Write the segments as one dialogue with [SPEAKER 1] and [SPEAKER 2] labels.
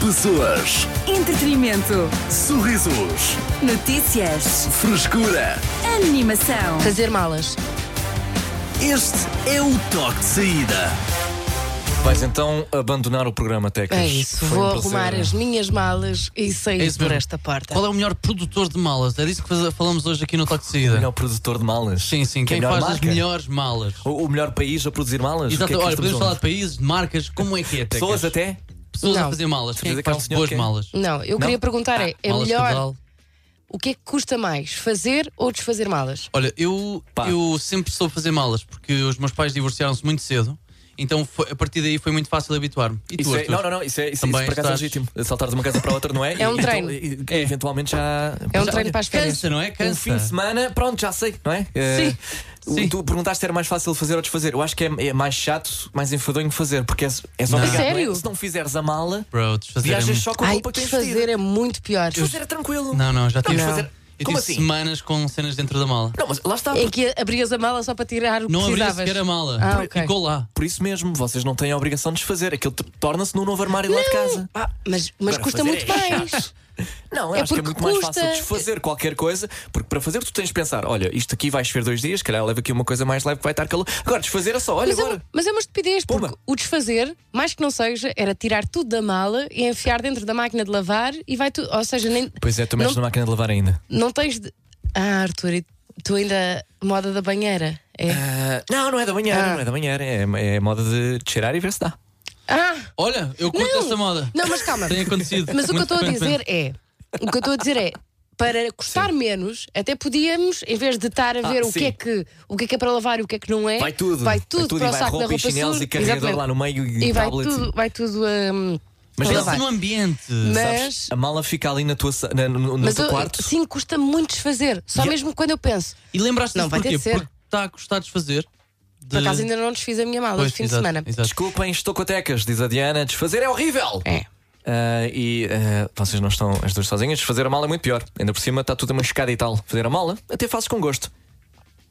[SPEAKER 1] Pessoas,
[SPEAKER 2] Entretenimento.
[SPEAKER 1] sorrisos,
[SPEAKER 2] Notícias.
[SPEAKER 1] frescura.
[SPEAKER 2] Animação.
[SPEAKER 3] Fazer malas.
[SPEAKER 1] Este é o toque de saída.
[SPEAKER 4] Vais então abandonar o programa Tecas.
[SPEAKER 3] É isso.
[SPEAKER 4] Foi um
[SPEAKER 3] Vou
[SPEAKER 4] prazer.
[SPEAKER 3] arrumar as minhas malas e sair
[SPEAKER 5] É isso
[SPEAKER 3] por
[SPEAKER 5] mesmo.
[SPEAKER 3] esta porta.
[SPEAKER 5] Qual é o melhor produtor de malas? Era isso que faz- falamos hoje aqui no Toque de
[SPEAKER 4] O
[SPEAKER 5] Saída.
[SPEAKER 4] melhor produtor de malas.
[SPEAKER 5] Sim, sim.
[SPEAKER 4] Que é a
[SPEAKER 5] Quem
[SPEAKER 4] melhor
[SPEAKER 5] faz as
[SPEAKER 4] marca?
[SPEAKER 5] melhores malas?
[SPEAKER 4] O, o melhor país a produzir malas?
[SPEAKER 5] Exato.
[SPEAKER 4] O que é que
[SPEAKER 5] Olha,
[SPEAKER 4] estamos
[SPEAKER 5] podemos falar
[SPEAKER 4] onde?
[SPEAKER 5] de países, de marcas, como é que é? Tecas?
[SPEAKER 4] Pessoas até?
[SPEAKER 5] Pessoas
[SPEAKER 3] Não.
[SPEAKER 5] a fazer malas. Quem é
[SPEAKER 4] Quer dizer
[SPEAKER 5] que
[SPEAKER 4] que há um
[SPEAKER 5] faz
[SPEAKER 4] senhor
[SPEAKER 5] boas
[SPEAKER 4] que é-
[SPEAKER 5] malas?
[SPEAKER 3] Não, eu
[SPEAKER 4] Não? Ah,
[SPEAKER 3] queria perguntar é, é
[SPEAKER 5] Malas de
[SPEAKER 3] melhor
[SPEAKER 5] pedal?
[SPEAKER 3] o que é que custa mais, fazer ou desfazer malas?
[SPEAKER 5] Olha, eu,
[SPEAKER 4] Pá.
[SPEAKER 5] eu sempre soube fazer malas, porque os meus pais divorciaram-se muito cedo, então foi- a partir daí foi muito fácil habituar-me. E tu,
[SPEAKER 4] Isso é,
[SPEAKER 5] Arthur?
[SPEAKER 4] não, não, não, isso é, isso, isso por
[SPEAKER 5] Também
[SPEAKER 4] acaso é
[SPEAKER 5] estás-
[SPEAKER 4] legítimo. Saltar de uma casa para outra, não é?
[SPEAKER 3] É um
[SPEAKER 4] E-
[SPEAKER 3] treino.
[SPEAKER 4] e- e- Eventualmente já.
[SPEAKER 3] É um
[SPEAKER 4] já-
[SPEAKER 3] treino para as férias.
[SPEAKER 5] Cansa, não é? Cansa.
[SPEAKER 4] Um fim de semana, pronto, já sei, não é?
[SPEAKER 3] Sim.
[SPEAKER 4] Eh, o-
[SPEAKER 5] Sim.
[SPEAKER 4] Tu perguntaste se era mais fácil fazer ou desfazer. Eu acho que é, é mais chato, mais enfadonho fazer, porque é, é só
[SPEAKER 5] Não.
[SPEAKER 4] obrigado, não é?
[SPEAKER 3] Sério?
[SPEAKER 4] Se não fizeres a mala,
[SPEAKER 5] Bro, desfazer é
[SPEAKER 4] viajas
[SPEAKER 5] muito-
[SPEAKER 4] só com a
[SPEAKER 3] Ai,
[SPEAKER 4] roupa que tens
[SPEAKER 3] desfazer
[SPEAKER 4] vestida.
[SPEAKER 3] é muito pior.
[SPEAKER 4] Desfazer é tranquilo.
[SPEAKER 5] Não, não, já
[SPEAKER 4] Não,
[SPEAKER 5] tive,
[SPEAKER 4] desfazer-
[SPEAKER 5] eu
[SPEAKER 4] Como
[SPEAKER 5] tive
[SPEAKER 4] assim?
[SPEAKER 5] semanas com cenas dentro da mala.
[SPEAKER 4] Não, mas lá está.
[SPEAKER 3] Em que abrias a mala só para tirar o que
[SPEAKER 5] Não abria
[SPEAKER 3] precisavas.
[SPEAKER 5] sequer a mala.
[SPEAKER 3] Ah,
[SPEAKER 5] Por-
[SPEAKER 3] ok.
[SPEAKER 5] Ficou lá.
[SPEAKER 4] Por isso mesmo, vocês não têm a obrigação de desfazer. Aquilo t- torna-se num novo armário lá de casa.
[SPEAKER 3] Ah, mas mas
[SPEAKER 4] Agora,
[SPEAKER 3] custa
[SPEAKER 4] fazer
[SPEAKER 3] muito
[SPEAKER 4] é
[SPEAKER 3] mais.
[SPEAKER 4] Não, eu
[SPEAKER 3] É
[SPEAKER 4] acho que é
[SPEAKER 3] porque
[SPEAKER 4] muito mais
[SPEAKER 3] custa.
[SPEAKER 4] fácil desfazer qualquer coisa, porque para fazer tu tens de pensar: olha, isto aqui vai chover dois dias, calhar leva aqui uma coisa mais leve que vai estar calor. Agora, desfazer é só, olha
[SPEAKER 3] Mas é, uma,
[SPEAKER 4] agora.
[SPEAKER 3] mas é uma estupidez, porque
[SPEAKER 4] Pumba.
[SPEAKER 3] o desfazer, mais que não seja, era tirar tudo da mala e enfiar dentro da máquina de lavar e vai tudo. Ou seja, nem,
[SPEAKER 4] Pois é, tu
[SPEAKER 3] metes
[SPEAKER 4] metes
[SPEAKER 3] Não-
[SPEAKER 4] na máquina de lavar ainda.
[SPEAKER 3] não tens de. Ah, Arthur, e tu ainda moda da banheira. É.
[SPEAKER 4] não, não é da banheira,
[SPEAKER 3] Ah.
[SPEAKER 4] não é da banheira. É, é moda de cheirar e ver se dá.
[SPEAKER 3] Ah!
[SPEAKER 5] Olha, eu curto essa moda.
[SPEAKER 3] Não, mas calma.
[SPEAKER 5] Tem acontecido.
[SPEAKER 3] Mas o que eu
[SPEAKER 5] muito
[SPEAKER 3] estou a dizer
[SPEAKER 5] frequentemente.
[SPEAKER 3] é. O que eu estou a dizer é. Para custar menos, até podíamos, em vez de estar a
[SPEAKER 4] Ah,
[SPEAKER 3] ver o
[SPEAKER 4] sim.
[SPEAKER 3] que, é que, o que é que é para lavar e o que é que não é,
[SPEAKER 4] Vai tudo.
[SPEAKER 3] vai tudo, para
[SPEAKER 4] e
[SPEAKER 3] o
[SPEAKER 4] vai
[SPEAKER 3] saco
[SPEAKER 4] roupa
[SPEAKER 3] da roupa
[SPEAKER 4] e chinelos
[SPEAKER 3] suja.
[SPEAKER 4] e carregador
[SPEAKER 3] Exatamente.
[SPEAKER 4] lá no meio e,
[SPEAKER 3] E vai
[SPEAKER 4] tablet.
[SPEAKER 3] tudo, vai tudo hum,
[SPEAKER 4] Mas é
[SPEAKER 3] a
[SPEAKER 4] pensa
[SPEAKER 3] lavar.
[SPEAKER 5] Pensa no ambiente.
[SPEAKER 3] Mas,
[SPEAKER 4] A mala fica ali na tua, sa- na- no, no
[SPEAKER 3] mas
[SPEAKER 4] teu
[SPEAKER 3] eu-
[SPEAKER 4] quarto.
[SPEAKER 3] sim, custa muito desfazer. Só mesmo quando eu penso.
[SPEAKER 5] E lembraste
[SPEAKER 3] Não,
[SPEAKER 5] disso
[SPEAKER 3] vai ter
[SPEAKER 5] porquê?
[SPEAKER 3] de ser.
[SPEAKER 5] Porque está a custar desfazer. De...
[SPEAKER 3] Por acaso ainda não desfiz a minha mala
[SPEAKER 5] Pois,
[SPEAKER 3] de fim
[SPEAKER 5] exato,
[SPEAKER 3] de semana.
[SPEAKER 5] Exato.
[SPEAKER 4] Desculpem, estou com tecas, diz a Diana. Desfazer é horrível.
[SPEAKER 3] É.
[SPEAKER 4] Ah, e ah, vocês não estão as duas sozinhas. Desfazer a mala é muito pior. Ainda por cima está tudo machucado e tal. Fazer a mala, até fazes com gosto.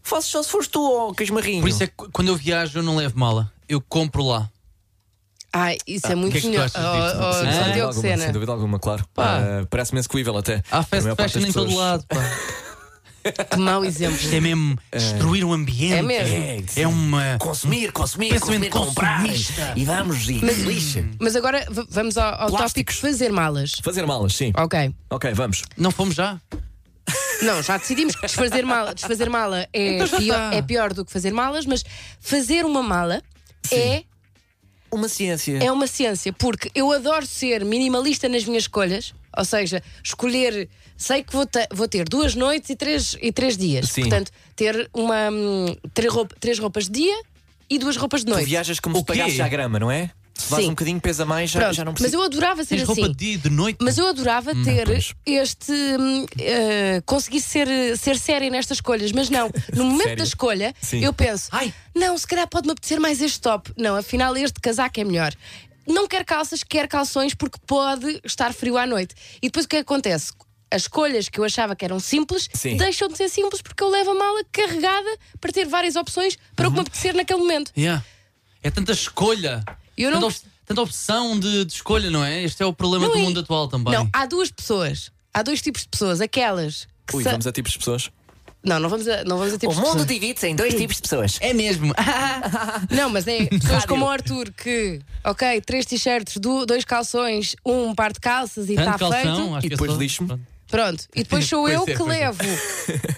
[SPEAKER 4] Fazes só se fores tu ou casmarrinho.
[SPEAKER 5] Por isso é que quando eu viajo eu não levo mala. Eu compro lá.
[SPEAKER 3] Ai, isso
[SPEAKER 4] Ah,
[SPEAKER 3] é
[SPEAKER 5] o que
[SPEAKER 3] muito
[SPEAKER 5] é que tu
[SPEAKER 3] melhor.
[SPEAKER 5] achas disso?
[SPEAKER 3] Oh, oh, Só
[SPEAKER 5] Sim, sim.
[SPEAKER 3] Diogo
[SPEAKER 4] alguma, Ah, sem
[SPEAKER 3] Sena.
[SPEAKER 4] dúvida alguma, claro.
[SPEAKER 5] Pá.
[SPEAKER 4] Ah, Parece-me execuível até.
[SPEAKER 5] Há
[SPEAKER 4] A
[SPEAKER 5] fast
[SPEAKER 4] maior parte
[SPEAKER 5] fashion
[SPEAKER 4] das
[SPEAKER 5] em todo
[SPEAKER 4] pessoas.
[SPEAKER 5] lado. Pá.
[SPEAKER 3] Que mau exemplo.
[SPEAKER 5] Isto é mesmo destruir o ambiente.
[SPEAKER 3] É mesmo.
[SPEAKER 5] É uma.
[SPEAKER 1] Consumir, consumir,
[SPEAKER 5] Pensamento
[SPEAKER 1] consumir, comprar.
[SPEAKER 5] consumista.
[SPEAKER 1] E vamos, e lixa.
[SPEAKER 3] Mas agora v- vamos ao, ao tópico
[SPEAKER 4] Plásticos.
[SPEAKER 3] fazer malas.
[SPEAKER 4] Fazer malas, sim.
[SPEAKER 5] Ah.
[SPEAKER 3] Ok.
[SPEAKER 4] Ok, vamos.
[SPEAKER 5] Não fomos já?
[SPEAKER 3] Não, já decidimos que desfazer mala, desfazer mala é,
[SPEAKER 5] Então já
[SPEAKER 3] pior,
[SPEAKER 5] está.
[SPEAKER 3] é pior do que fazer malas, mas fazer uma mala é,
[SPEAKER 4] Uma ciência.
[SPEAKER 3] é uma ciência, porque eu adoro ser minimalista nas minhas escolhas, ou seja, escolher, sei que vou, te- vou ter duas noites e três, e três dias.
[SPEAKER 4] Sim.
[SPEAKER 3] Portanto, ter uma hum, três, roupa- três roupas de dia e duas roupas de
[SPEAKER 4] Tu
[SPEAKER 3] noite.
[SPEAKER 4] viajas como
[SPEAKER 5] O
[SPEAKER 4] se
[SPEAKER 5] quê?
[SPEAKER 4] pagasses à grama, não é? Se vais
[SPEAKER 3] Sim.
[SPEAKER 4] um bocadinho, pesa mais, já,
[SPEAKER 3] Pronto,
[SPEAKER 4] já não
[SPEAKER 3] mas
[SPEAKER 4] precisa.
[SPEAKER 3] eu adorava ser
[SPEAKER 5] Tens
[SPEAKER 3] assim.
[SPEAKER 5] roupa de dia e de noite.
[SPEAKER 3] Mas eu adorava ter
[SPEAKER 4] Hum, pois.
[SPEAKER 3] este. hum, eh, conseguir ser, ser séria nestas escolhas, mas não. No momento
[SPEAKER 4] Sério?
[SPEAKER 3] da escolha,
[SPEAKER 4] Sim.
[SPEAKER 3] eu penso:
[SPEAKER 5] Ai.
[SPEAKER 3] não, se calhar pode-me apetecer mais este top. Não, afinal, este casaco é melhor. Não quero calças, quero calções porque pode estar frio à noite. E depois o que é que acontece? As escolhas que eu achava que eram simples
[SPEAKER 4] Sim.
[SPEAKER 3] deixam de ser simples porque eu levo a mala carregada para ter várias opções para
[SPEAKER 4] Uhum.
[SPEAKER 3] o que me apetecer naquele momento.
[SPEAKER 5] Yeah. É tanta escolha.
[SPEAKER 3] Eu não-
[SPEAKER 5] Tanta, op- tanta opção de, de escolha, não é? Este é o problema
[SPEAKER 3] Não
[SPEAKER 5] do
[SPEAKER 3] é-
[SPEAKER 5] mundo atual também.
[SPEAKER 3] Não, há duas pessoas. Há dois tipos de pessoas. Aquelas que
[SPEAKER 4] Ui,
[SPEAKER 3] sa-
[SPEAKER 4] vamos a tipos de pessoas.
[SPEAKER 3] Não, não vamos a, não vamos a tipos de pessoas.
[SPEAKER 1] divide-se em dois tipos de pessoas.
[SPEAKER 5] É mesmo.
[SPEAKER 3] Não, mas é pessoas como o Arthur que, ok, três t-shirts, du- dois calções, um par de calças e está
[SPEAKER 5] Tanto
[SPEAKER 3] feito.
[SPEAKER 5] calção, acho
[SPEAKER 4] E
[SPEAKER 5] que é
[SPEAKER 4] depois
[SPEAKER 5] só-
[SPEAKER 4] lixo-me.
[SPEAKER 5] Pronto.
[SPEAKER 3] Pronto. E depois sou
[SPEAKER 5] Pois
[SPEAKER 3] eu
[SPEAKER 5] é,
[SPEAKER 3] que
[SPEAKER 5] pois é.
[SPEAKER 3] levo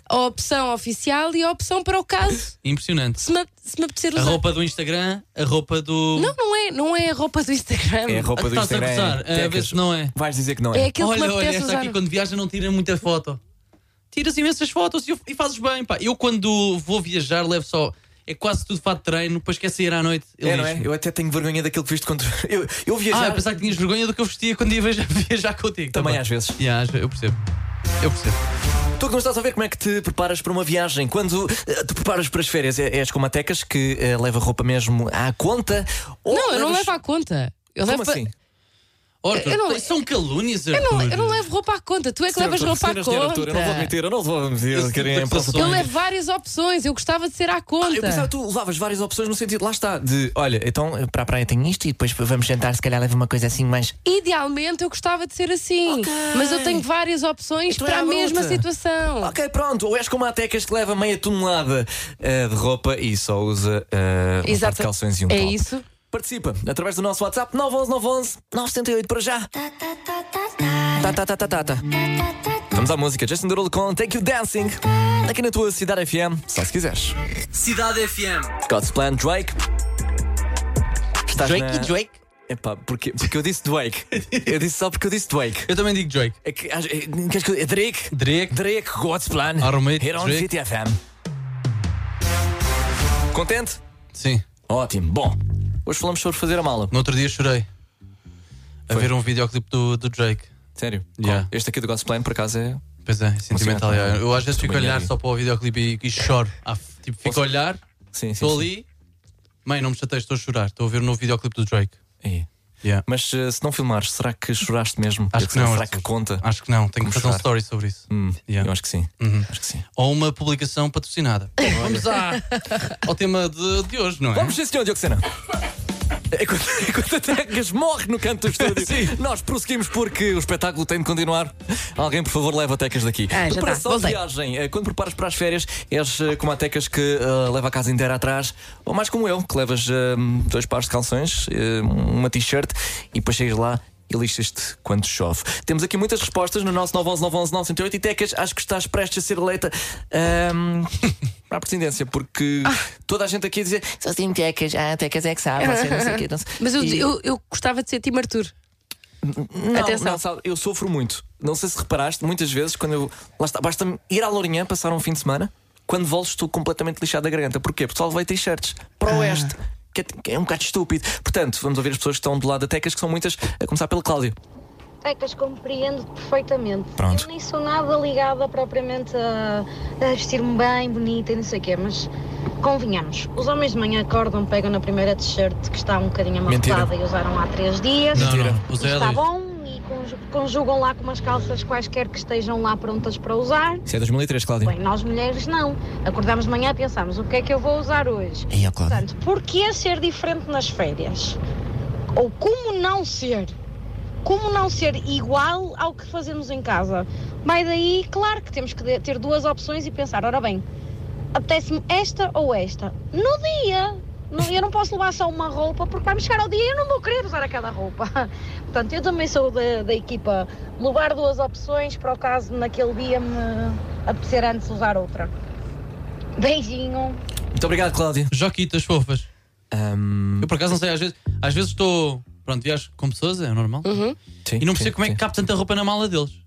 [SPEAKER 3] a opção oficial e a opção para o caso,
[SPEAKER 5] Impressionante.
[SPEAKER 3] se me, se me apetecer
[SPEAKER 5] A
[SPEAKER 3] usar.
[SPEAKER 5] roupa do Instagram, a roupa do.
[SPEAKER 3] Não, não é, não é a roupa do Instagram.
[SPEAKER 4] É a roupa do
[SPEAKER 5] Estás a
[SPEAKER 4] Instagram.
[SPEAKER 5] gozar, a
[SPEAKER 4] Tecas,
[SPEAKER 5] ver se não é.
[SPEAKER 4] Vais dizer que não
[SPEAKER 3] É
[SPEAKER 4] é.
[SPEAKER 3] aquilo que me
[SPEAKER 5] olha, olha,
[SPEAKER 3] apetece
[SPEAKER 5] esta
[SPEAKER 3] usar.
[SPEAKER 5] aqui quando viaja não tira muita foto. Tiras imensas fotos e, e fazes bem, pá. Eu quando vou viajar levo só. É quase tudo fato de treino, depois quer sair à noite. eu
[SPEAKER 4] É, não é?
[SPEAKER 5] lixo-me.
[SPEAKER 4] Eu até tenho vergonha daquilo que viste quando. Eu, eu
[SPEAKER 5] Ah,
[SPEAKER 4] viajar.
[SPEAKER 5] eu pensava que tinhas vergonha do que eu vestia quando ia viajar, viajar contigo.
[SPEAKER 4] Também
[SPEAKER 5] Tá
[SPEAKER 4] às
[SPEAKER 5] bem.
[SPEAKER 4] vezes.
[SPEAKER 5] Yeah, às ve- eu percebo. Eu percebo.
[SPEAKER 4] Tu que não estás a ver como é que te preparas para uma viagem? Quando eh, te preparas para as férias, é- és como a Tecas que eh, leva roupa mesmo à conta? Ou
[SPEAKER 3] Não, eu não
[SPEAKER 4] levas-
[SPEAKER 3] levo à conta. Eu
[SPEAKER 4] Como
[SPEAKER 3] levo
[SPEAKER 4] assim?
[SPEAKER 5] Arthur,
[SPEAKER 3] Eu não-
[SPEAKER 5] tem- são calúnias, Arthur.
[SPEAKER 3] Eu não, eu não levo roupa à conta, tu é que levas roupa à conta.
[SPEAKER 4] Eu não vou admitir, eu não vou admitir.
[SPEAKER 5] Esse tipo de
[SPEAKER 4] querem
[SPEAKER 5] acusações.
[SPEAKER 3] Eu levo várias opções, eu gostava de ser à
[SPEAKER 5] Ah,
[SPEAKER 4] Eu pensava
[SPEAKER 3] conta.
[SPEAKER 4] que tu levavas várias opções no sentido, lá está, de olha, então para a praia tem isto e depois vamos jantar, se calhar leva uma coisa assim mais.
[SPEAKER 3] Idealmente eu gostava de ser assim, mas eu tenho várias opções
[SPEAKER 4] Então é
[SPEAKER 3] para
[SPEAKER 4] à
[SPEAKER 3] a mesma
[SPEAKER 4] bruta.
[SPEAKER 3] situação.
[SPEAKER 4] Ok, pronto, ou és como a Tecas que leva meia tonelada eh, de roupa e só usa eh, um par de
[SPEAKER 3] Exato.
[SPEAKER 4] calções e um
[SPEAKER 3] é
[SPEAKER 4] top.
[SPEAKER 3] isso.
[SPEAKER 4] Participa através do nosso WhatsApp 911 911 978 para já. Tá, tá, tá, tá, tá, tá. Vamos à música Justin Derulo com Take You Dancing aqui na tua Cidade FM, só se quiseres.
[SPEAKER 1] Cidade FM.
[SPEAKER 4] God's Plan Drake. Estás
[SPEAKER 5] Drake e
[SPEAKER 4] na-
[SPEAKER 5] Drake.
[SPEAKER 4] Epá, porque, porque eu disse Drake. Eu disse só porque eu disse Drake.
[SPEAKER 5] Eu também digo Drake.
[SPEAKER 4] É que, acho- é, queres que eu- é Drake?
[SPEAKER 5] Drake.
[SPEAKER 4] Drake, God's Plan.
[SPEAKER 5] Armate,
[SPEAKER 4] Here on
[SPEAKER 5] Drake.
[SPEAKER 4] City FM. Contente?
[SPEAKER 5] Sim.
[SPEAKER 4] Ótimo. Bom, hoje falamos sobre fazer a mala.
[SPEAKER 5] No outro dia chorei. A ver um videoclipe do, do Drake.
[SPEAKER 4] Sério?
[SPEAKER 5] Yeah.
[SPEAKER 4] Este aqui do God's Plan, por acaso, é.
[SPEAKER 5] Pois é, é sentimental.
[SPEAKER 4] Sim,
[SPEAKER 5] é. Eu às vezes
[SPEAKER 4] Muito
[SPEAKER 5] fico a
[SPEAKER 4] bem,
[SPEAKER 5] olhar
[SPEAKER 4] Yuri.
[SPEAKER 5] só para o videoclipe e, e choro. Ah, f- tipo, fico a olhar,
[SPEAKER 4] Sim, sim.
[SPEAKER 5] estou
[SPEAKER 4] sim.
[SPEAKER 5] ali. Mãe, não me chateias, estou a chorar. Estou a ver o novo videoclipe do Drake.
[SPEAKER 4] Aí.
[SPEAKER 5] Yeah.
[SPEAKER 4] É. Mas eh, se não filmares, será que choraste mesmo?
[SPEAKER 5] Acho que não,
[SPEAKER 4] Será
[SPEAKER 5] Arthur.
[SPEAKER 4] que conta?
[SPEAKER 5] Acho que não, tenho
[SPEAKER 4] Como
[SPEAKER 5] que fazer um
[SPEAKER 4] chorar.
[SPEAKER 5] story sobre isso.
[SPEAKER 4] Hum,
[SPEAKER 5] Yeah.
[SPEAKER 4] Eu acho que sim.
[SPEAKER 5] Uhum.
[SPEAKER 4] Acho que sim.
[SPEAKER 5] Ou uma publicação patrocinada. Vamos à, ao tema de, de hoje, não é?
[SPEAKER 4] Vamos, sim, senhor Diogo Sena. É Enquanto, enquanto a Tegas morre no canto do estúdio, nós prosseguimos porque o espetáculo tem de continuar. Alguém, por favor, leva a Tecas daqui.
[SPEAKER 3] Ah, já tá.
[SPEAKER 4] Preparação de
[SPEAKER 3] Voltei.
[SPEAKER 4] viagem. Eh, Quando preparas para as férias, és eh, como a Tecas que eh, leva a casa inteira atrás, ou mais como eu, que levas eh, dois pares de calções, eh, uma t-shirt e depois chegas lá. E lixas-te quando chove. Temos aqui muitas respostas no nosso 911 911 908 e Tecas, acho que estás prestes a ser eleita ahm, para a presidência, porque
[SPEAKER 3] Ah.
[SPEAKER 4] toda a gente aqui a dizer só sim Tecas, ah, Tecas é que sabe, você não sei o quê. não sei."
[SPEAKER 3] Mas eu,
[SPEAKER 4] E-
[SPEAKER 3] eu, eu gostava de ser Tim Arthur.
[SPEAKER 4] não,
[SPEAKER 3] Atenção.
[SPEAKER 4] não, sabe, eu sofro muito. Não sei se reparaste, muitas vezes, quando eu. Lá está, basta-me ir à Lourinhã passar um fim de semana. Quando volto, estou completamente lixado da garganta. Porquê? Porque só levei t-shirts para o oeste. Que é, que é um bocado estúpido. Portanto, vamos ouvir as pessoas que estão do lado da Tecas, que são muitas, a começar pelo Cláudio.
[SPEAKER 6] Tecas, compreendo perfeitamente.
[SPEAKER 4] Pronto.
[SPEAKER 6] Eu nem sou nada ligada propriamente a, a vestir-me bem, bonita e não sei o quê, mas convenhamos. Os homens de manhã acordam, pegam na primeira t-shirt que está um bocadinho
[SPEAKER 4] Mentira.
[SPEAKER 6] amarrotada e usaram há três dias.
[SPEAKER 5] Não,
[SPEAKER 4] Mentira.
[SPEAKER 5] não, o
[SPEAKER 6] E
[SPEAKER 5] Zé
[SPEAKER 6] está
[SPEAKER 5] Elias.
[SPEAKER 6] bom e conju- conjugam lá com umas calças quaisquer que estejam lá prontas para usar.
[SPEAKER 4] Isso é 2003, Cláudio.
[SPEAKER 6] Bem, nós mulheres não. Acordamos de manhã e pensamos o que é que eu vou usar hoje.
[SPEAKER 4] Aí, ó, Cláudio.
[SPEAKER 6] Portanto, porquê ser diferente nas férias? Ou como não ser? Como não ser igual ao que fazemos em casa? Vai daí, claro que temos que de- ter duas opções e pensar, ora bem, apetece-me esta ou esta? No dia! Não- Eu não posso levar só uma roupa porque vai-me chegar ao dia e eu não vou querer usar aquela roupa. Portanto, eu também sou da, da equipa levar duas opções para o caso naquele dia me apetecer antes usar outra. Beijinho!
[SPEAKER 4] Muito obrigado, Cláudio.
[SPEAKER 5] Joquitas fofas.
[SPEAKER 4] Ahm,
[SPEAKER 5] Eu por acaso não sei, às vezes às vezes estou. Pronto, viajo com pessoas, é normal.
[SPEAKER 4] sim,
[SPEAKER 5] E não
[SPEAKER 4] sim,
[SPEAKER 5] percebo como é
[SPEAKER 4] sim.
[SPEAKER 5] que cabe tanta roupa na mala deles.